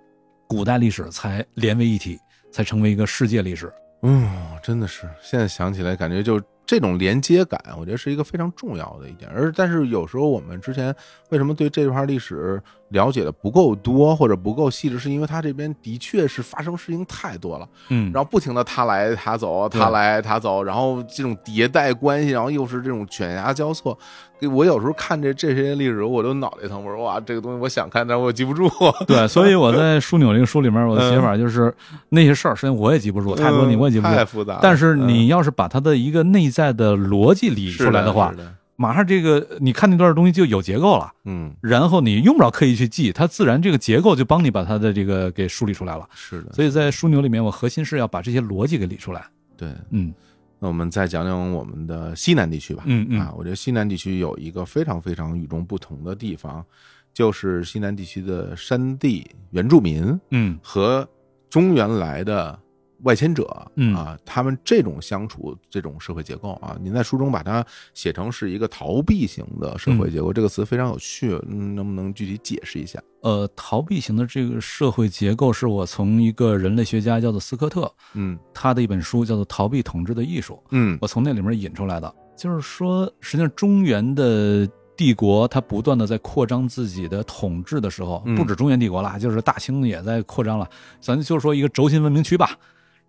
古代历史才连为一体，才成为一个世界历史。嗯，真的是，现在想起来，感觉就这种连接感，我觉得是一个非常重要的一点。而但是有时候我们之前为什么对这块历史了解的不够多或者不够细致，是因为它这边的确是发生事情太多了，嗯然后不停的他来他走，对他来他走，然后这种迭代关系，然后又是这种犬牙交错。给我有时候看这这些历史，我都脑袋疼，我说哇，这个东西我想看，但是我记不住。 (laughs) 对，所以我在枢纽这个书里面，我的写法就是那些事儿，实际上我也记不住，太多你我也记不住。嗯太复杂了。但是嗯你要是把它的一个内在的逻辑理出来的话，是的是的马上这个你看那段东西就有结构了，嗯，然后你用不着刻意去记，它自然这个结构就帮你把它的这个给梳理出来了。是的。所以在枢纽里面，我核心是要把这些逻辑给理出来。对，嗯那我们再讲讲我们的西南地区吧。嗯嗯啊，我觉得西南地区有一个非常非常与众不同的地方，就是西南地区的山地原住民嗯和中原来的外迁者，嗯啊，他们这种相处这种社会结构啊，您在书中把它写成是一个逃避型的社嗯会结构，这个词非常有趣，嗯，能不能具体解释一下？呃，逃避型的这个社会结构是我从一个人类学家叫做斯科特，嗯他的一本书叫做《逃避统治的艺术》。嗯我从那里面引出来的，就是说，实际上中原的帝国，它不断的在扩张自己的统治的时候，嗯不止中原帝国啦，就是大清也在扩张了。咱就说一个轴心文明区吧，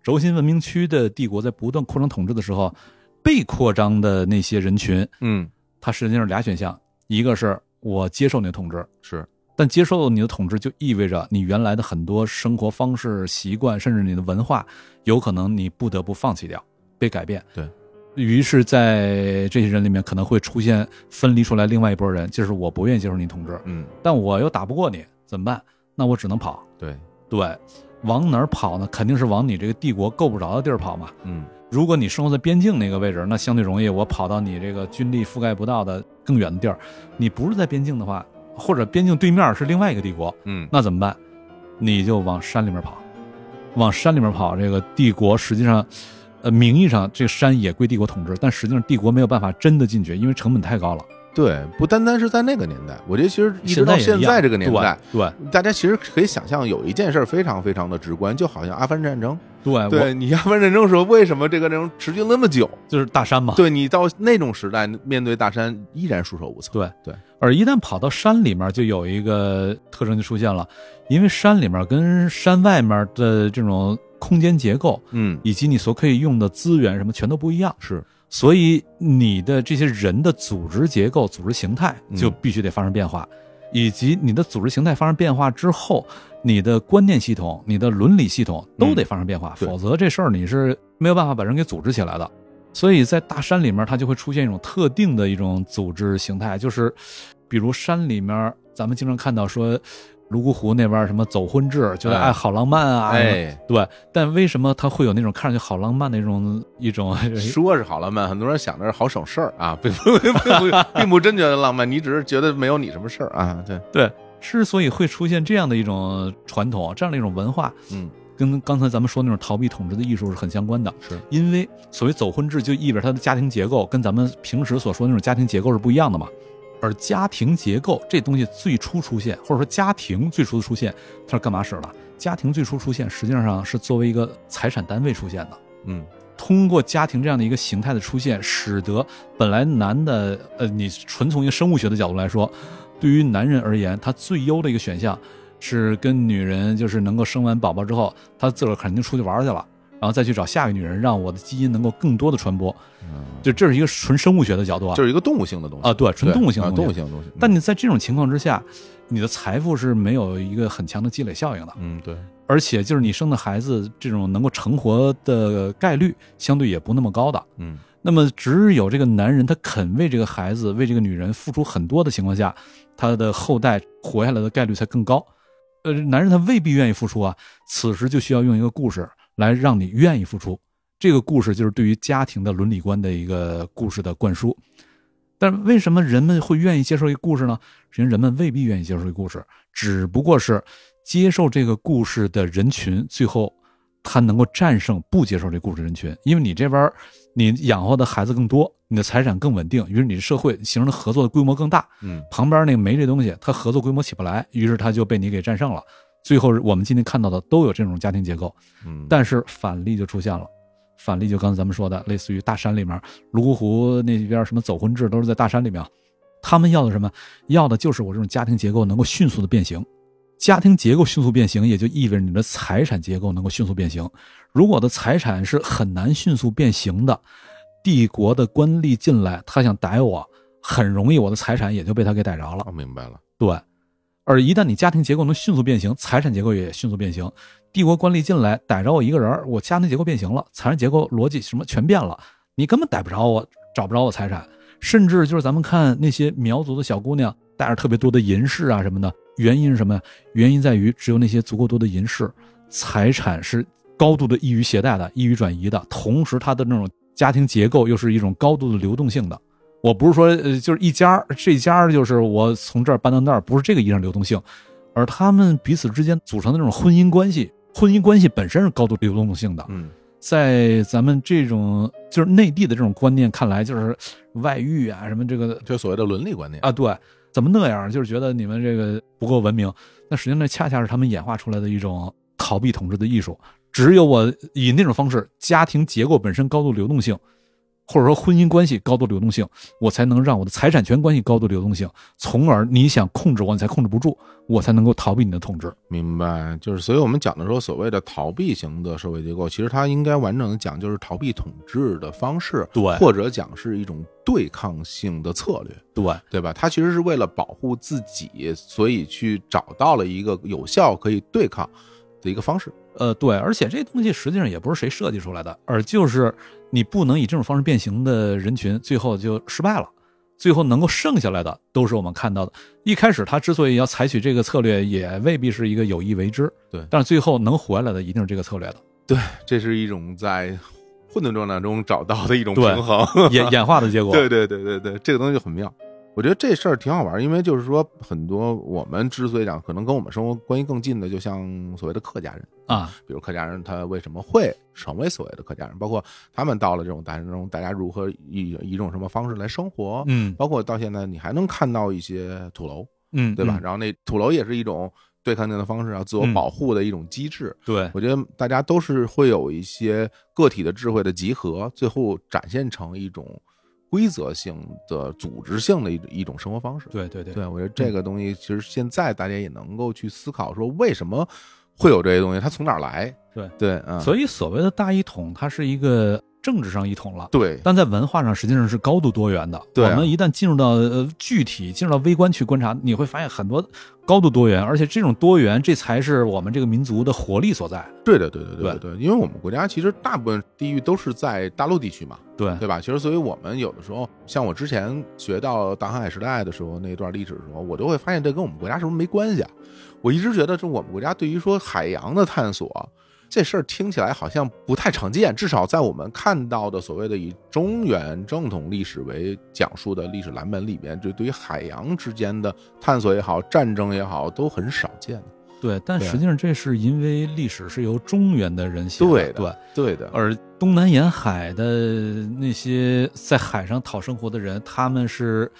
轴心文明区的帝国在不断扩张统治的时候，被扩张的那些人群，嗯，它实际上是俩选项，一个是我接受你的统治，是，但接受你的统治就意味着你原来的很多生活方式、习惯，甚至你的文化，有可能你不得不放弃掉、被改变。对。于是，在这些人里面可能会出现分离出来另外一拨人，就是我不愿意接受你统治，嗯，但我又打不过你，怎么办？那我只能跑。对，对，往哪儿跑呢？肯定是往你这个帝国够不着的地儿跑嘛。嗯如果你生活在边境那个位置，那相对容易。我跑到你这个军力覆盖不到的更远的地儿，你不是在边境的话，或者边境对面是另外一个帝国，嗯，那怎么办？你就往山里面跑，往山里面跑。这个帝国实际上，呃，名义上这个山也归帝国统治，但实际上帝国没有办法真的进去，因为成本太高了。对，不单单是在那个年代，我觉得其实一直现到在也现一样在这个年代，，对对大家其实可以想象有一件事儿非常非常的直观，就好像阿富汗战争，对，哎我对你阿富汗战争的时候，为什么这个战争持续了那么久？就是大山嘛。对你到那种时代，面对大山依然束手无策。对对，而一旦跑到山里面，就有一个特征就出现了，因为山里面跟山外面的这种空间结构，嗯，以及你所可以用的资源什么全都不一样，是，所以你的这些人的组织结构、组织形态嗯就必须得发生变化，以及你的组织形态发生变化之后，你的观念系统、你的伦理系统都得发生变化，嗯对否则这事儿你是没有办法把人给组织起来的。所以在大山里面，它就会出现一种特定的一种组织形态，就是比如山里面，咱们经常看到说。泸沽湖那边儿什么走婚制，觉得哎爱好浪漫啊，哎，对，但为什么它会有那种看上去好浪漫的一种一种说是好浪漫，很多人想的是好省事儿啊，并不并不并不真觉得浪漫，你只是觉得没有你什么事儿啊。对，对？ (laughs) 之所以会出现这样的一种传统，这样的一种文化，嗯，跟刚才咱们说那种逃避统治的艺术是很相关的。是，因为所谓走婚制，就意味着他的家庭结构跟咱们平时所说的那种家庭结构是不一样的嘛。而家庭结构这东西最初出现，或者说家庭最初的出现，它是干嘛使的？家庭最初出现，实际上是作为一个财产单位出现的。嗯，通过家庭这样的一个形态的出现，使得本来男的，呃，你纯从一个生物学的角度来说，对于男人而言，他最优的一个选项是跟女人，就是能够生完宝宝之后，他自个儿肯定出去玩去了，然后再去找下一个女人，让我的基因能够更多的传播。就这是一个纯生物学的角度啊，就是一个动物性的东西啊，对，纯对动物性的啊东西动物性的东西。但嗯你在这种情况之下，你的财富是没有一个很强的积累效应的。嗯，对，而且就是你生的孩子这种能够成活的概率相对也不那么高的。嗯那么只有这个男人他肯为这个孩子、为这个女人付出很多的情况下，他的后代活下来的概率才更高。呃，男人他未必愿意付出啊，此时就需要用一个故事来让你愿意付出。这个故事就是对于家庭的伦理观的一个故事的灌输。但为什么人们会愿意接受一个故事呢？实际上人们未必愿意接受一个故事，只不过是接受这个故事的人群，最后他能够战胜不接受这故事的人群，因为你这边儿你养活的孩子更多，你的财产更稳定，于是你的社会形成的合作的规模更大，嗯旁边那个没这东西，它合作规模起不来，于是它就被你给战胜了。最后我们今天看到的都有这种家庭结构，嗯，但是反例就出现了。反例就刚才咱们说的，类似于大山里面，泸沽湖那边什么走婚制都是在大山里面，他们要的什么？要的就是我这种家庭结构能够迅速的变形。家庭结构迅速变形，也就意味着你的财产结构能够迅速变形。如果我的财产是很难迅速变形的，帝国的官吏进来，他想逮我，很容易我的财产也就被他给逮着了。我哦明白了。对，而一旦你家庭结构能迅速变形，财产结构也迅速变形。帝国官吏进来逮着我一个人儿，我家庭结构变形了，财产结构逻辑什么全变了，你根本逮不着我，找不着我财产。甚至就是咱们看那些苗族的小姑娘带着特别多的银饰啊什么的，原因是什么呀？原因在于只有那些足够多的银饰，财产是高度的易于携带的、易于转移的，同时它的那种家庭结构又是一种高度的流动性的。我不是说呃，就是一家儿这家儿就是我从这儿搬到那儿，不是这个意义上流动性，而他们彼此之间组成的那种婚姻关系，婚姻关系本身是高度流动性的。嗯在咱们这种就是内地的这种观念看来，就是外遇啊什么这个就所谓的伦理观念，啊，对，怎么那样？就是觉得你们这个不够文明。那实际上，那恰恰是他们演化出来的一种逃避统治的艺术。只有我以那种方式，家庭结构本身高度流动性，或者说婚姻关系高度流动性，我才能让我的财产权关系高度流动性，从而你想控制我，你才控制不住，我才能够逃避你的统治。明白，就是所以我们讲的说，所谓的逃避型的社会结构，其实它应该完整的讲就是逃避统治的方式，对或者讲是一种对抗性的策略，对，对吧？它其实是为了保护自己，所以去找到了一个有效可以对抗的一个方式。呃，对，而且这东西实际上也不是谁设计出来的，而就是你不能以这种方式变形的人群，最后就失败了。最后能够剩下来的都是我们看到的。一开始他之所以要采取这个策略，也未必是一个有意为之。对但是最后能活下来的一定是这个策略的。 (laughs) 这是一种在混沌状态中找到的一种对平衡， (laughs) 演演化的结果。对对对对对，这个东西就很妙。我觉得这事儿挺好玩儿，因为就是说，很多我们之所以讲，可能跟我们生活关系更近的，就像所谓的客家人，啊，比如客家人他为什么会成为所谓的客家人，包括他们到了这种大山中，大家如何以一种什么方式来生活，嗯包括到现在你还能看到一些土楼，嗯，对吧？嗯？然后那土楼也是一种对抗性的方式啊，自我嗯保护的一种机制。对，我觉得大家都是会有一些个体的智慧的集合，最后展现成一种规则性的、组织性的一一种生活方式。对对对，对，我觉得这个东西其实现在大家也能够去思考，说为什么会有这些东西，它从哪儿来？对对，嗯，以所以所谓的大一统，它是一个政治上一统了。对但在文化上实际上是高度多元的。对啊我们一旦进入到呃具体，进入到微观去观察，你会发现很多高度多元，而且这种多元，这才是我们这个民族的活力所在。对对对对对对对，因为我们国家其实大部分地域都是在大陆地区嘛，对，对吧？其实，所以我们有的时候，像我之前学到大航海时代的时候那段历史的时候，我就会发现这跟我们国家是不是没关系啊？我一直觉得，就我们国家对于说海洋的探索这事儿，听起来好像不太常见，至少在我们看到的所谓的以中原正统历史为讲述的历史蓝本里面，就对于海洋之间的探索也好，战争也好，都很少见。对，但对啊实际上这是因为历史是由中原的人写对的对对，的，而东南沿海的那些在海上讨生活的人，他们是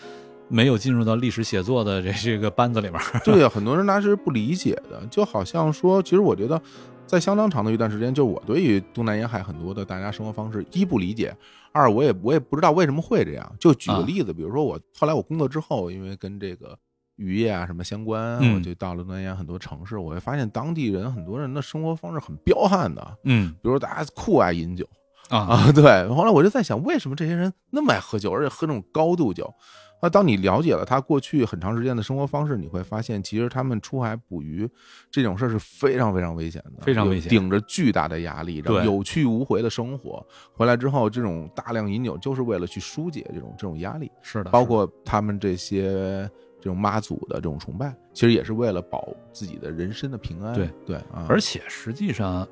没有进入到历史写作的这这个班子里面。 (laughs) 对啊，很多人他是不理解的，就好像说，其实我觉得，在相当长的一段时间，就我对于东南沿海很多的大家生活方式，一不理解，二我也我也不知道为什么会这样。就举个啊例子，比如说我后来我工作之后，因为跟这个渔业啊什么相关，嗯我就到了东南沿海很多城市，我会发现当地人很多人的生活方式很彪悍的，嗯比如说大家酷爱饮酒。 (laughs) 啊，啊，对。后来我就在想，为什么这些人那么爱喝酒，而且喝那种高度酒？啊，当你了解了他过去很长时间的生活方式，你会发现，其实他们出海捕鱼这种事儿是非常非常危险的，非常有危险顶着巨大的压力，然后对有去无回的生活。回来之后，这种大量饮酒就是为了去疏解这种这种压力，是的，包括他们这些这种妈祖的这种崇拜，其实也是为了保自己的人身的平安。对对啊，而且实际上，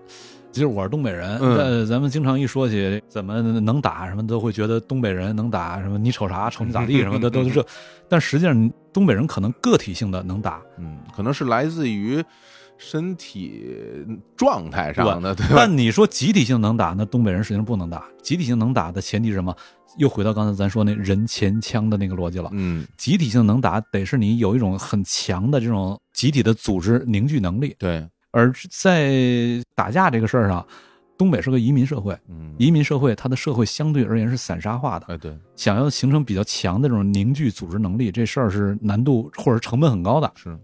就是我是东北人，嗯呃，咱们经常一说起怎么能打什么，都会觉得东北人能打什么，你瞅啥，瞅你咋地 (laughs) 什么的，都是这。但实际上，东北人可能个体性的能打，嗯，可能是来自于身体状态上的， (laughs) 对吧？但你说集体性能打，那东北人实际上不能打。集体性能打的前提是什么？又回到刚才咱说那人前枪的那个逻辑了。嗯，集体性能打得是你有一种很强的这种集体的组织凝聚能力，对，而在打架这个事儿上，东北是个移民社会，嗯，移民社会，它的社会相对而言是散沙化的，哎，对，想要形成比较强的这种凝聚组织能力，这事儿是难度或者成本很高的。是，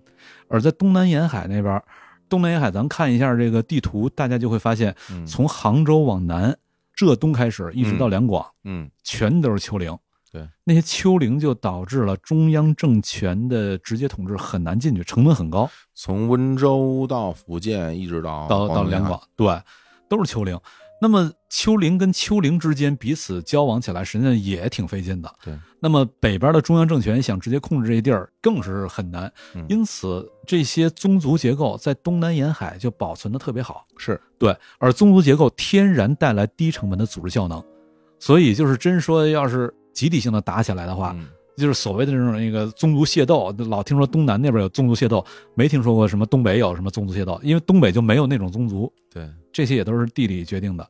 而在东南沿海那边儿，东南沿海咱们看一下这个地图，大家就会发现，嗯，从杭州往南，浙东开始一直嗯到两广，嗯，全都是丘陵。对，那些丘陵就导致了中央政权的直接统治很难进去，成本很高。从温州到福建，一直到到到广东沿两海，广，对，都是丘陵。那么丘陵跟丘陵之间彼此交往起来，实际上也挺费劲的。对，那么北边的中央政权想直接控制这些地儿，更是很难。嗯因此，这些宗族结构在东南沿海就保存的特别好。是，对，而宗族结构天然带来低成本的组织效能，所以就是真说要是集体性的打起来的话，嗯就是所谓的这种那个宗族械斗，老听说东南那边有宗族械斗，没听说过什么东北有什么宗族械斗，因为东北就没有那种宗族，对，这些也都是地理决定的。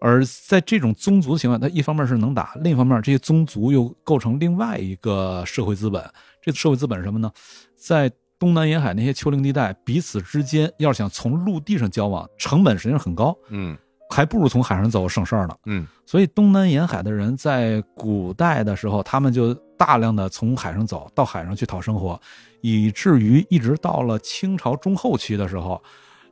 而在这种宗族的情况，它一方面是能打，另一方面这些宗族又构成另外一个社会资本。这社会资本是什么呢？在东南沿海那些丘陵地带，彼此之间要想从陆地上交往，成本实际上很高。嗯，还不如从海上走省事儿呢。嗯，所以东南沿海的人在古代的时候，他们就大量的从海上走到海上去讨生活，以至于一直到了清朝中后期的时候，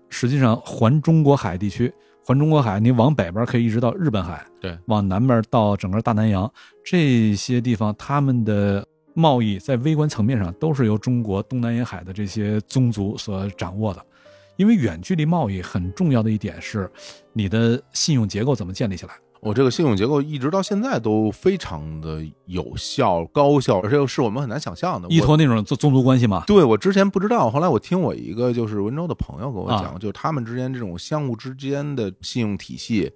实际上环中国海地区，环中国海，你往北边可以一直到日本海，对，往南边到整个大南洋这些地方，他们的。贸易在微观层面上都是由中国东南沿海的这些宗族所掌握的，因为远距离贸易很重要的一点是，你的信用结构怎么建立起来？我这个信用结构一直到现在都非常的有效、高效，而且是我们很难想象的。依我托那种宗宗族关系嘛，对我之前不知道，后来我听我一个就是温州的朋友跟我讲，啊就是他们之间这种相互之间的信用体系，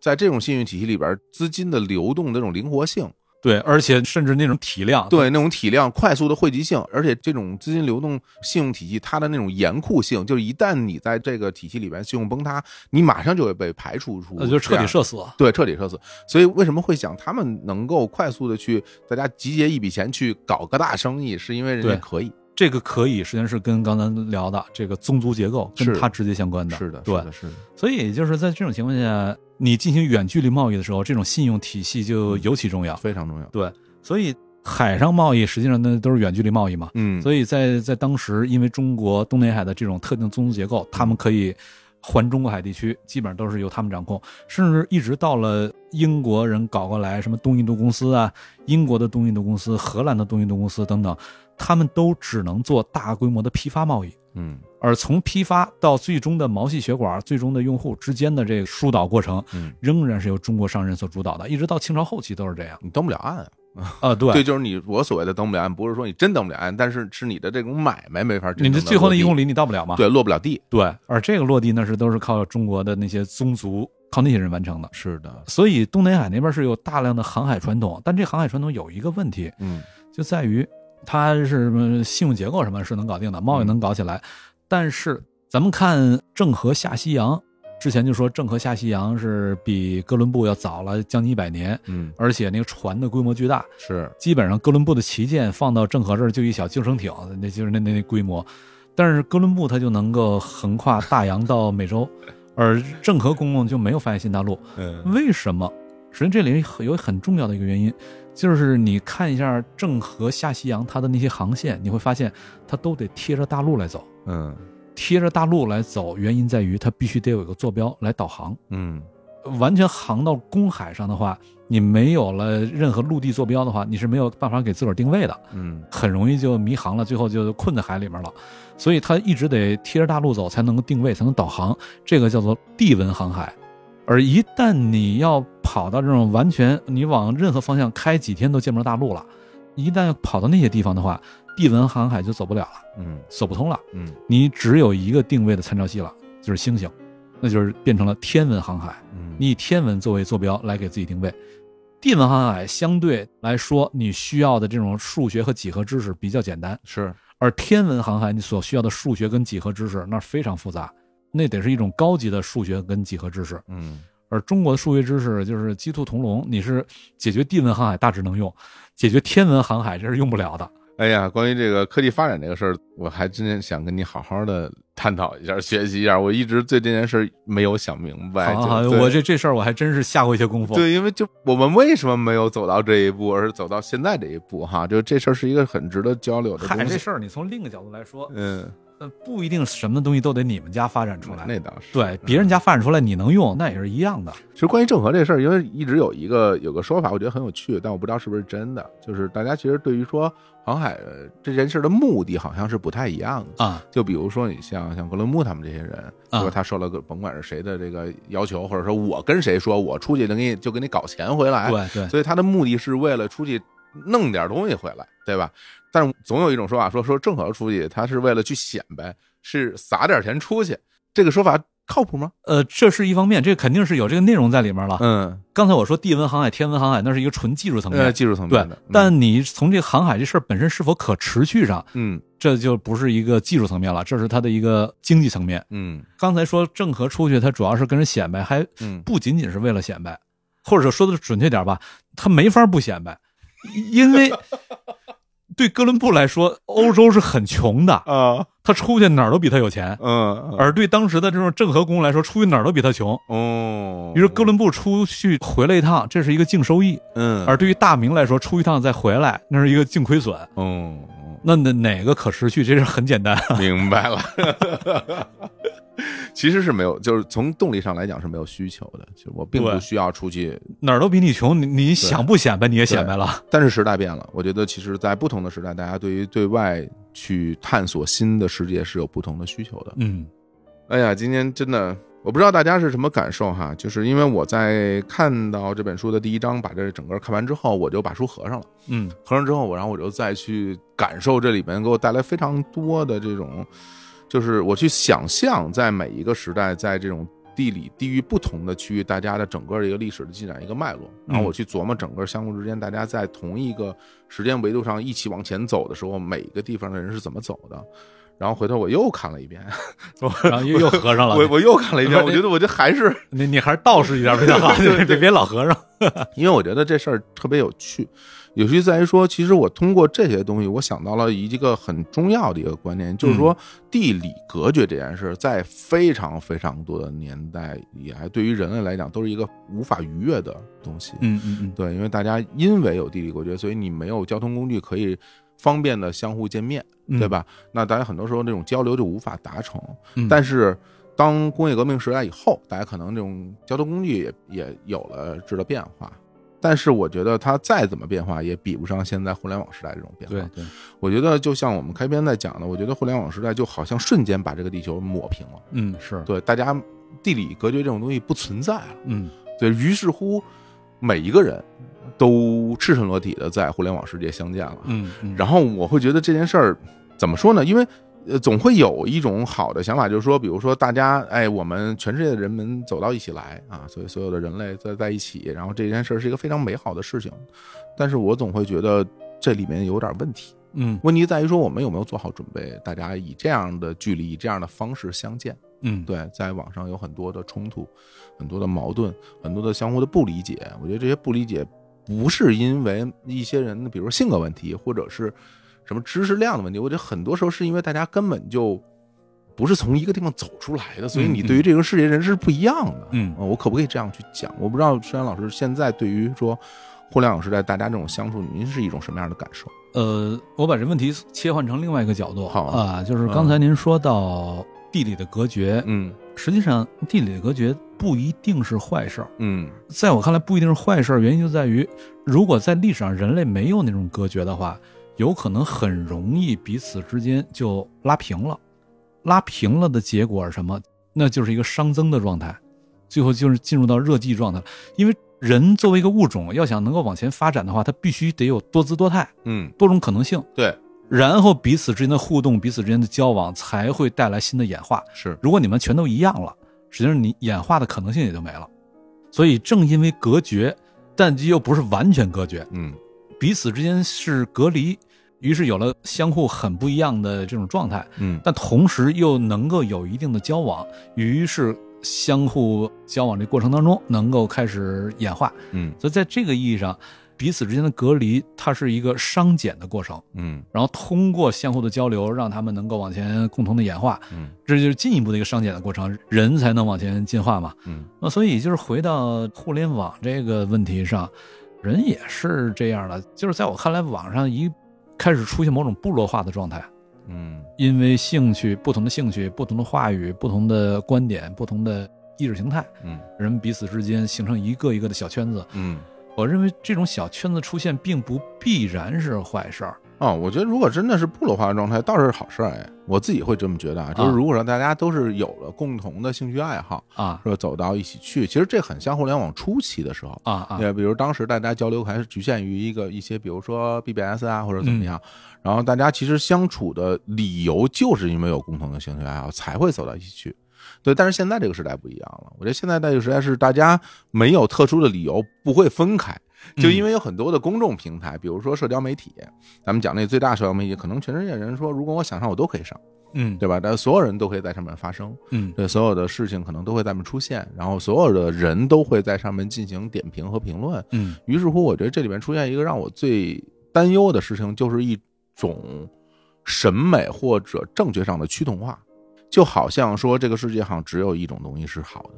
在这种信用体系里边，资金的流动的这种灵活性，对，而且甚至那种体量，对那种体量、快速的汇集性，而且这种资金流动信用体系它的那种严酷性，就是一旦你在这个体系里边信用崩塌，你马上就会被排除出，那呃就彻底社死。对，彻底社死。所以为什么会想他们能够快速的去大家集结一笔钱去搞个大生意，是因为人家对可以。这个可以，实际上是跟刚才聊的这个宗族结构是跟它直接相关的。是的，是对的，是的，所以就是在这种情况下，你进行远距离贸易的时候，这种信用体系就尤其重要。非常重要。对，所以海上贸易实际上那都是远距离贸易嘛。嗯，所以在在当时，因为中国东南沿海的这种特定宗族结构，他们可以环中国海地区，基本上都是由他们掌控，甚至一直到了英国人搞过来，什么东印度公司啊，英国的东印度公司、荷兰的东印度公司等等，他们都只能做大规模的批发贸易。嗯而从批发到最终的毛细血管、最终的用户之间的这个疏导过程，嗯，仍然是由中国商人所主导的，一直到清朝后期都是这样。你登不了岸啊。啊，对，对，就是你我所谓的登不了岸，不是说你真登不了岸，但是是你的这种买卖没法真你正的地最后那一公落里你到不了嘛地，？对，落不了地。对，而这个落地那是都是靠中国的那些宗族，靠那些人完成的。是的，所以东南海那边是有大量的航海传统，但这航海传统有一个问题，嗯，就在于它是什么信用结构什么是能搞定的，贸易嗯能搞起来，但是咱们看郑和下西洋，之前就说郑和下西洋是比哥伦布要早了将近一百年，嗯，而且那个船的规模巨大，是，基本上哥伦布的旗舰放到郑和这儿就一小救生艇，那就是那那那规模。但是哥伦布他就能够横跨大洋到美洲， (laughs) 而郑和公公就没有发现新大陆，嗯为什么？首先这里有很重要的一个原因，就是你看一下郑和下西洋它的那些航线，你会发现它都得贴着大陆来走，嗯贴着大陆来走，原因在于它必须得有一个坐标来导航。嗯，完全航到公海上的话，你没有了任何陆地坐标的话，你是没有办法给自个儿定位的，嗯，很容易就迷航了，最后就困在海里面了。所以它一直得贴着大陆走，才能够定位，才能导航，这个叫做地文航海。而一旦你要跑到这种完全你往任何方向开几天都见不着大陆了，一旦要跑到那些地方的话，地文航海就走不了了，嗯走不通了。嗯你只有一个定位的参照系了，就是星星，那就是变成了天文航海。嗯，你以天文作为坐标来给自己定位。地文航海相对来说，你需要的这种数学和几何知识比较简单，是，而天文航海你所需要的数学跟几何知识那非常复杂，那得是一种高级的数学跟几何知识。嗯而中国的数学知识就是鸡兔同笼，你是解决地文航海大致能用，解决天文航海这是用不了的。哎呀，关于这个科技发展这个事儿，我还真的想跟你好好的探讨一下，学习一下。我一直对这件事儿没有想明白。好好好，哎就对我这这事儿我还真是下过一些功夫。对，因为就我们为什么没有走到这一步，而是走到现在这一步哈？就这事儿是一个很值得交流的嗨，东这西。事儿你从另一个角度来说，嗯，呃，不一定什么东西都得你们家发展出来。那倒是。对，别人家发展出来你能用，那也是一样的。嗯其实关于郑和这事儿，因为一直有一个有个说法，我觉得很有趣，但我不知道是不是真的。就是大家其实对于说航海呃这件事儿的目的好像是不太一样的。啊就比如说你像像哥伦布他们这些人，啊对吧？他受了个甭管是谁的这个要求，或者说我跟谁说，我出去能给你就给你搞钱回来，对对，所以他的目的是为了出去弄点东西回来，对吧？但是总有一种说法说说郑和出去他是为了去显摆，是撒点钱出去，这个说法靠谱吗？呃，这是一方面，这肯定是有这个内容在里面了。嗯，刚才我说地文航海、天文航海，那是一个纯技术层呃，面，技术层对面的，。但你从这个航海这事儿本身是否可持续上，嗯这就不是一个技术层面了，这是它的一个经济层面。嗯刚才说郑和出去，他主要是跟人显摆，还嗯不仅仅是为了显摆， (laughs) 或者说的准确点吧，他没法不显摆，因为对哥伦布来说，欧洲是很穷的，啊，他出去哪儿都比他有钱；嗯，而对当时的这种郑和公来说，出去哪儿都比他穷。哦，于是哥伦布出去回来一趟，这是一个净收益；嗯，而对于大明来说，出一趟再回来，那是一个净亏损。哦，那哪哪个可持续？这是很简单。明白了。 (laughs) 其实是没有，就是从动力上来讲是没有需求的。其实我并不对需要出去，哪儿都比你穷，你你想不显摆你也显摆了。但是时代变了，我觉得其实，在不同的时代，大家对于对外去探索新的世界是有不同的需求的。嗯哎呀，今天真的，我不知道大家是什么感受哈，就是因为我在看到这本书的第一章，把这整个看完之后，我就把书合上了。嗯 (laughs) 合上之后，我然后我就再去感受这里面给我带来非常多的这种，就是我去想象在每一个时代，在这种地理地域不同的区域，大家的整个一个历史的进展一个脉络，然后我去琢磨整个相互之间，大家在同一个时间维度上一起往前走的时候，每个地方的人是怎么走的。然后回头我又看了一遍，然后又又合上了。我我又看了一遍，不我是觉得我这还是你你还是道士一点比较好， (laughs) 别别别老和尚。因为我觉得这事儿特别有趣，有趣在于说，其实我通过这些东西，我想到了一个很重要的一个观念，就是说嗯地理隔绝这件事儿，在非常非常多的年代以来，对于人类来讲都是一个无法逾越的东西。嗯嗯嗯，对，因为大家因为有地理隔绝，所以你没有交通工具可以方便的相互见面，嗯对？吧？那大家很多时候这种交流就无法达成。嗯但是当工业革命时代以后，大家可能这种交通工具也也有了质的变化。但是我觉得它再怎么变化，也比不上现在互联网时代这种变对化。对，我觉得就像我们开篇在讲的，我觉得互联网时代就好像瞬间把这个地球抹平了。嗯是，对，大家地理隔绝这种东西不存在了。嗯对于是乎，每一个人都赤身裸体的在互联网世界相见了。嗯嗯，然后我会觉得这件事儿怎么说呢？因为呃，总会有一种好的想法，就是说，比如说大家，哎，我们全世界的人们走到一起来啊，所以所有的人类在在一起，然后这件事儿是一个非常美好的事情。但是我总会觉得这里面有点问题，嗯问题在于说我们有没有做好准备，大家以这样的距离、以这样的方式相见。嗯对，在网上有很多的冲突，很多的矛盾，很多的相互的不理解。我觉得这些不理解不是因为一些人，比如说性格问题，或者是什么知识量的问题。我觉得很多时候是因为大家根本就不是从一个地方走出来的，所以嗯你对于这个世界人是不一样的。嗯呃我可不可以这样去讲？我不知道石岩老师现在对于说互联网时代大家这种相处，您是一种什么样的感受？呃，我把这问题切换成另外一个角度好啊，就是刚才您说到地理的隔绝，嗯实际上地理的隔绝不一定是坏事儿，嗯在我看来不一定是坏事儿，原因就在于如果在历史上人类没有那种隔绝的话，有可能很容易彼此之间就拉平了，拉平了的结果是什么？那就是一个熵增的状态，最后就是进入到热寂状态了，因为。人作为一个物种，要想能够往前发展的话，它必须得有多姿多态、嗯，多种可能性。对，然后彼此之间的互动、彼此之间的交往才会带来新的演化。是如果你们全都一样了，实际上你演化的可能性也就没了。所以正因为隔绝，但又不是完全隔绝，嗯彼此之间是隔离，于是有了相互很不一样的这种状态，嗯但同时又能够有一定的交往，于是相互交往这过程当中能够开始演化。嗯所以在这个意义上，彼此之间的隔离，它是一个商减的过程。嗯然后通过相互的交流，让他们能够往前共同的演化，嗯这就是进一步的一个商减的过程，人才能往前进化嘛。嗯那所以就是回到互联网这个问题上，人也是这样的，就是在我看来，网上一开始出现某种部落化的状态，嗯因为兴趣、不同的兴趣、不同的话语、不同的观点、不同的意识形态，嗯人们彼此之间形成一个一个的小圈子。嗯。我认为这种小圈子出现并不必然是坏事儿。哦，我觉得如果真的是部落化的状态，倒是好事儿哎，我自己会这么觉得啊。就是啊如果说大家都是有了共同的兴趣爱好，啊是吧走到一起去，其实这很像互联网初期的时候。啊啊！对，比如当时大家交流还是局限于一个一些，比如说 BBS 啊或者怎么样，然后大家其实相处的理由就是因为有共同的兴趣爱好才会走到一起去。对，但是现在这个时代不一样了，我觉得现在这个时代是大家没有特殊的理由不会分开，就因为有很多的公众平台，比如说社交媒体，咱们讲那最大社交媒体，可能全世界人说，如果我想上我都可以上，嗯对吧？但所有人都可以在上面发声。嗯对所有的事情可能都会在上面出现，然后所有的人都会在上面进行点评和评论。嗯于是乎，我觉得这里面出现一个让我最担忧的事情，就是一种审美或者正确上的趋同化，就好像说这个世界上只有一种东西是好的，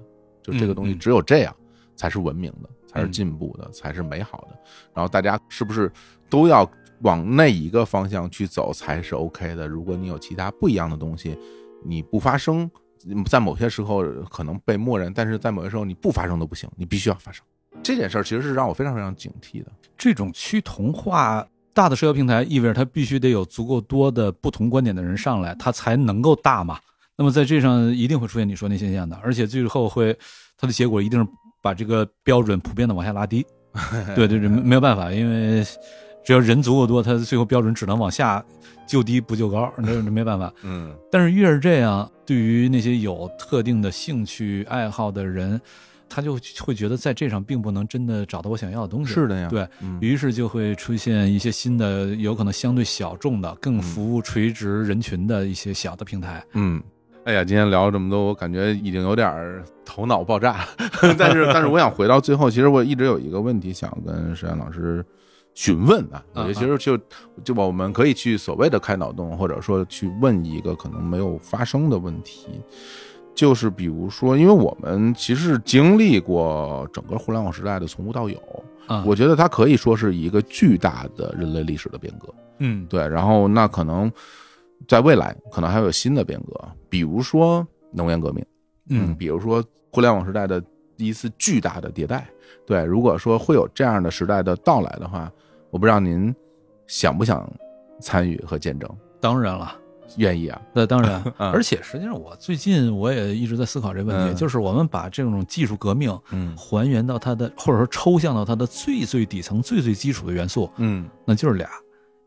就这个东西嗯嗯只有这样才是文明的，才是嗯进步的，才是美好的。然后大家是不是都要往那一个方向去走才是 OK 的？如果你有其他不一样的东西，你不发生，嗯在某些时候可能被默认，但是在某些时候你不发生都不行，你必须要发生。这件事儿其实是让我非常非常警惕的。这种趋同化，大的社交平台意味着它必须得有足够多的不同观点的人上来，它才能够大嘛。那么在这上一定会出现你说那现象的，而且最后会它的结果一定是把这个标准普遍的往下 (laughs) 拉低。对对对，没没有办法，因为只要人足够多，它最后标准只能往下就低不就高，那那没办法。嗯，但是越是这样，对于那些有特定的兴趣爱好的人，他就会觉得在这上并不能真的找到我想要的东西。是的呀，对，嗯，于是就会出现一些新的，有可能相对小众的、更服务垂直人群的一些小的平台。嗯，哎呀，今天聊了这么多，我感觉已经有点儿头脑爆炸。 (laughs) 但是，但是我想回到最后，其实我一直有一个问题想跟石岩老师询问啊。我觉得其实就就我们可以去所谓的开脑洞，或者说去问一个可能没有发生的问题。就是比如说，因为我们其实是经历过整个互联网时代的从无到有，啊，我觉得它可以说是一个巨大的人类历史的变革。嗯对，然后那可能在未来可能还会有新的变革，比如说能源革命，嗯比如说互联网时代的第一次巨大的迭代。对，如果说会有这样的时代的到来的话，我不知道您想不想参与和见证，当然了，愿 (laughs) 意啊？。那当然嗯而且实际上，我最近我也一直在思考这个问嗯题，就是我们把这种技术革命嗯还原到它的，或者说抽象到它的最最底层、最最基础的元素，嗯那就是俩，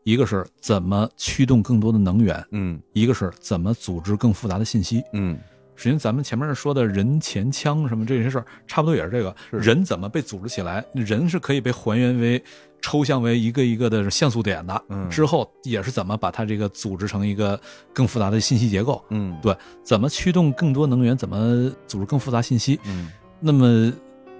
一个是怎么驱动更多的能源，嗯一个是怎么组织更复杂的信息。嗯首先，咱们前面说的人前腔什么这些事儿，差不多也是这个是人怎么被组织起来，人是可以被还原为抽象为一个一个的像素点的，嗯之后也是怎么把它这个组织成一个更复杂的信息结构，嗯，对，怎么驱动更多能源，怎么组织更复杂信息，嗯那么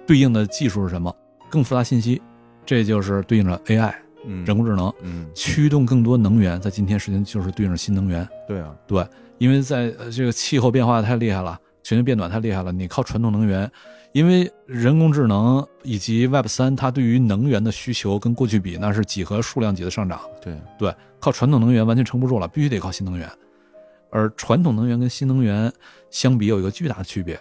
对应的技术是什么？更复杂信息，这就是对应着 AI 嗯人工智能嗯驱动更多能源，在今天实际上就是对应着新能源，对啊，对，因为在呃这个气候变化太厉害了，全球变暖太厉害了，你靠传统能源，因为人工智能以及 Web 三，它对于能源的需求跟过去比，那是几何数量级的上涨。对啊对，靠传统能源完全撑不住了，必须得靠新能源。而传统能源跟新能源相比，有一个巨大的区别，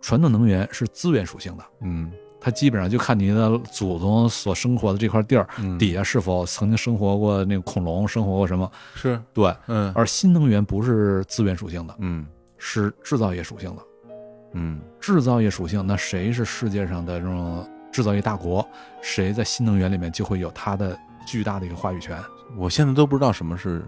传统能源是资源属性的，嗯它基本上就看你的祖宗所生活的这块地儿嗯底下是否曾经生活过那个恐龙，生活过什么。是对，嗯而新能源不是资源属性的，嗯是制造业属性的。嗯制造业属性，那谁是世界上的这种制造业大国？谁在新能源里面就会有它的巨大的一个话语权。我现在都不知道什么是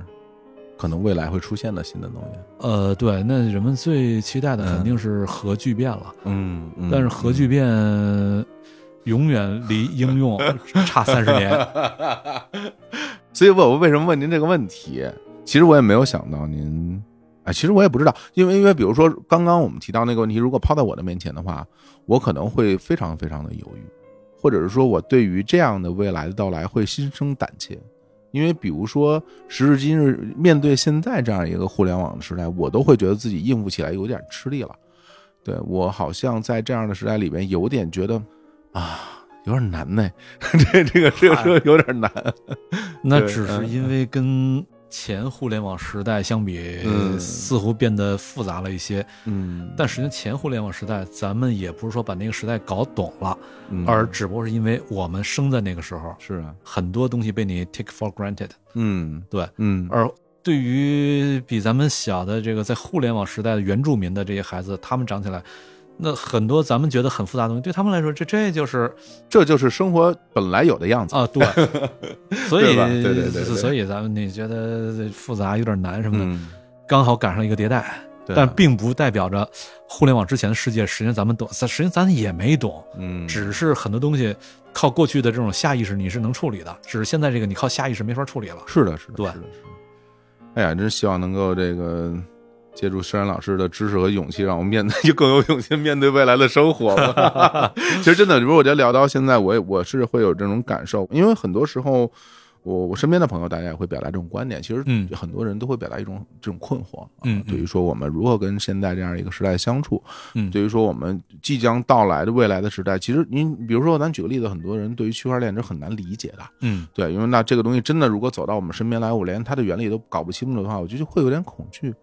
可能未来会出现的新的能源。呃，对，那人们最期待的嗯肯定是核聚变了，嗯，嗯但是核聚变永远离应用嗯差三十 (laughs) 年。所以问我为什么问您这个问题，其实我也没有想到您，哎，其实我也不知道，因为因为比如说刚刚我们提到那个问题，如果抛在我的面前的话，我可能会非常非常的犹豫，或者是说我对于这样的未来的到来会心生胆怯。因为比如说，时至今日，面对现在这样一个互联网的时代，我都会觉得自己应付起来有点吃力了。对我好像在这样的时代里边，有点觉得啊，有点难 (laughs) 呢。这这个这个说有点难。那对只是嗯因为跟前互联网时代相比，嗯似乎变得复杂了一些。嗯但实际上，前互联网时代，咱们也不是说把那个时代搞懂了，嗯而只不过是因为我们生在那个时候，是啊，很多东西被你 take for granted。嗯，对，嗯，而对于比咱们小的这个在互联网时代的原住民的这些孩子，他们长起来，那很多咱们觉得很复杂的东西，对他们来说，这这就是这就是生活本来有的样子。啊， (laughs) 对，所以对吧对对对对对所以咱们你觉得复杂有点难什么的，嗯，刚好赶上一个迭代。对啊但并不代表着互联网之前的世界，实际上咱们懂，实际上咱也没懂，嗯，只是很多东西靠过去的这种下意识你是能处理的，只是现在这个你靠下意识没法处理了。是的，是的，对是的，是的。哎呀，真希望能够这个借助施然老师的知识和勇气，让我们面对更有勇气面对未来的生活 (laughs) 吧。其实真的，如果我觉得聊到现在，我也我是会有这种感受，因为很多时候。我我身边的朋友，大家也会表达这种观点。其实嗯很多人都会表达一种这种困惑，啊嗯嗯对于说我们如何跟现在这样一个时代相处，嗯对于说我们即将到来的未来的时代，其实您比如说咱举个例子，很多人对于区块链是很难理解的，嗯对，因为那这个东西真的如果走到我们身边来，我连它的原理都搞不清楚的话，我就会有点恐惧。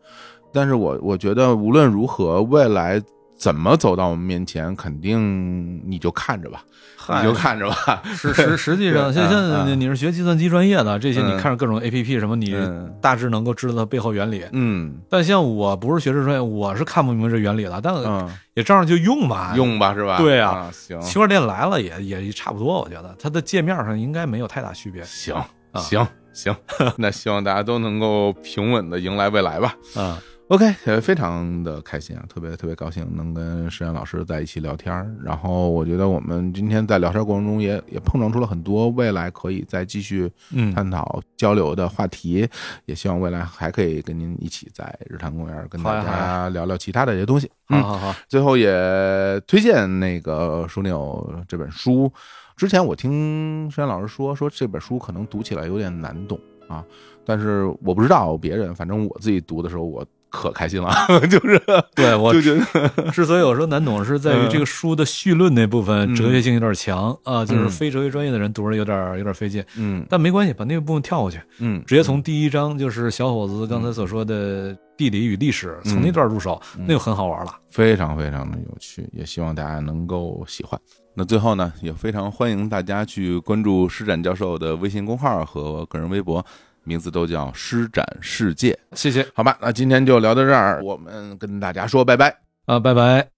但是我我觉得无论如何，未来怎么走到我们面前，肯定你就看着吧，你就看着 (laughs) 吧。实实实际 (laughs) 上，对像嗯像嗯你是学计算机专业的，这些你嗯看着各种 A P P 什么，你嗯大致能够知道它背后原理。嗯但像我不是学这专业，我是看不明白这原理的，但嗯，也照样就用吧。用吧是吧？对啊啊，行区块链来了也也差不多，我觉得它的界面上应该没有太大区别。行啊行 (laughs) 行，那希望大家都能够平稳的迎来未来吧。啊， OK，呃，非常的开心啊，特别特别高兴能跟石岩老师在一起聊天儿。然后我觉得我们今天在聊天过程中也也碰撞出了很多未来可以再继续嗯，探讨交流的话题，也希望未来还可以跟您一起在日坛公园跟好呀大好呀家聊聊其他的一些东西。好嗯，好好，最后也推荐那个《枢纽》这本书。之前我听山老师说，说这本书可能读起来有点难懂啊，但是我不知道别人，反正我自己读的时候我可开心了，就是对我就觉 (laughs) 得 (laughs) 之所以我说难懂，是在于嗯这个书的绪论那部分嗯哲学性有点强啊，就是嗯非哲学专业的人读着有点有点费劲，嗯但没关系，把那个部分跳过去，嗯，直接从第一章就是小伙子刚才所说的地理与历史，嗯从那段入手，嗯那就很好玩了。非常非常的有趣，也希望大家能够喜欢。那最后呢，也非常欢迎大家去关注施展教授的微信公号和个人微博，名字都叫施展世界。谢谢好吧，那今天就聊到这儿，我们跟大家说拜拜。啊，拜拜。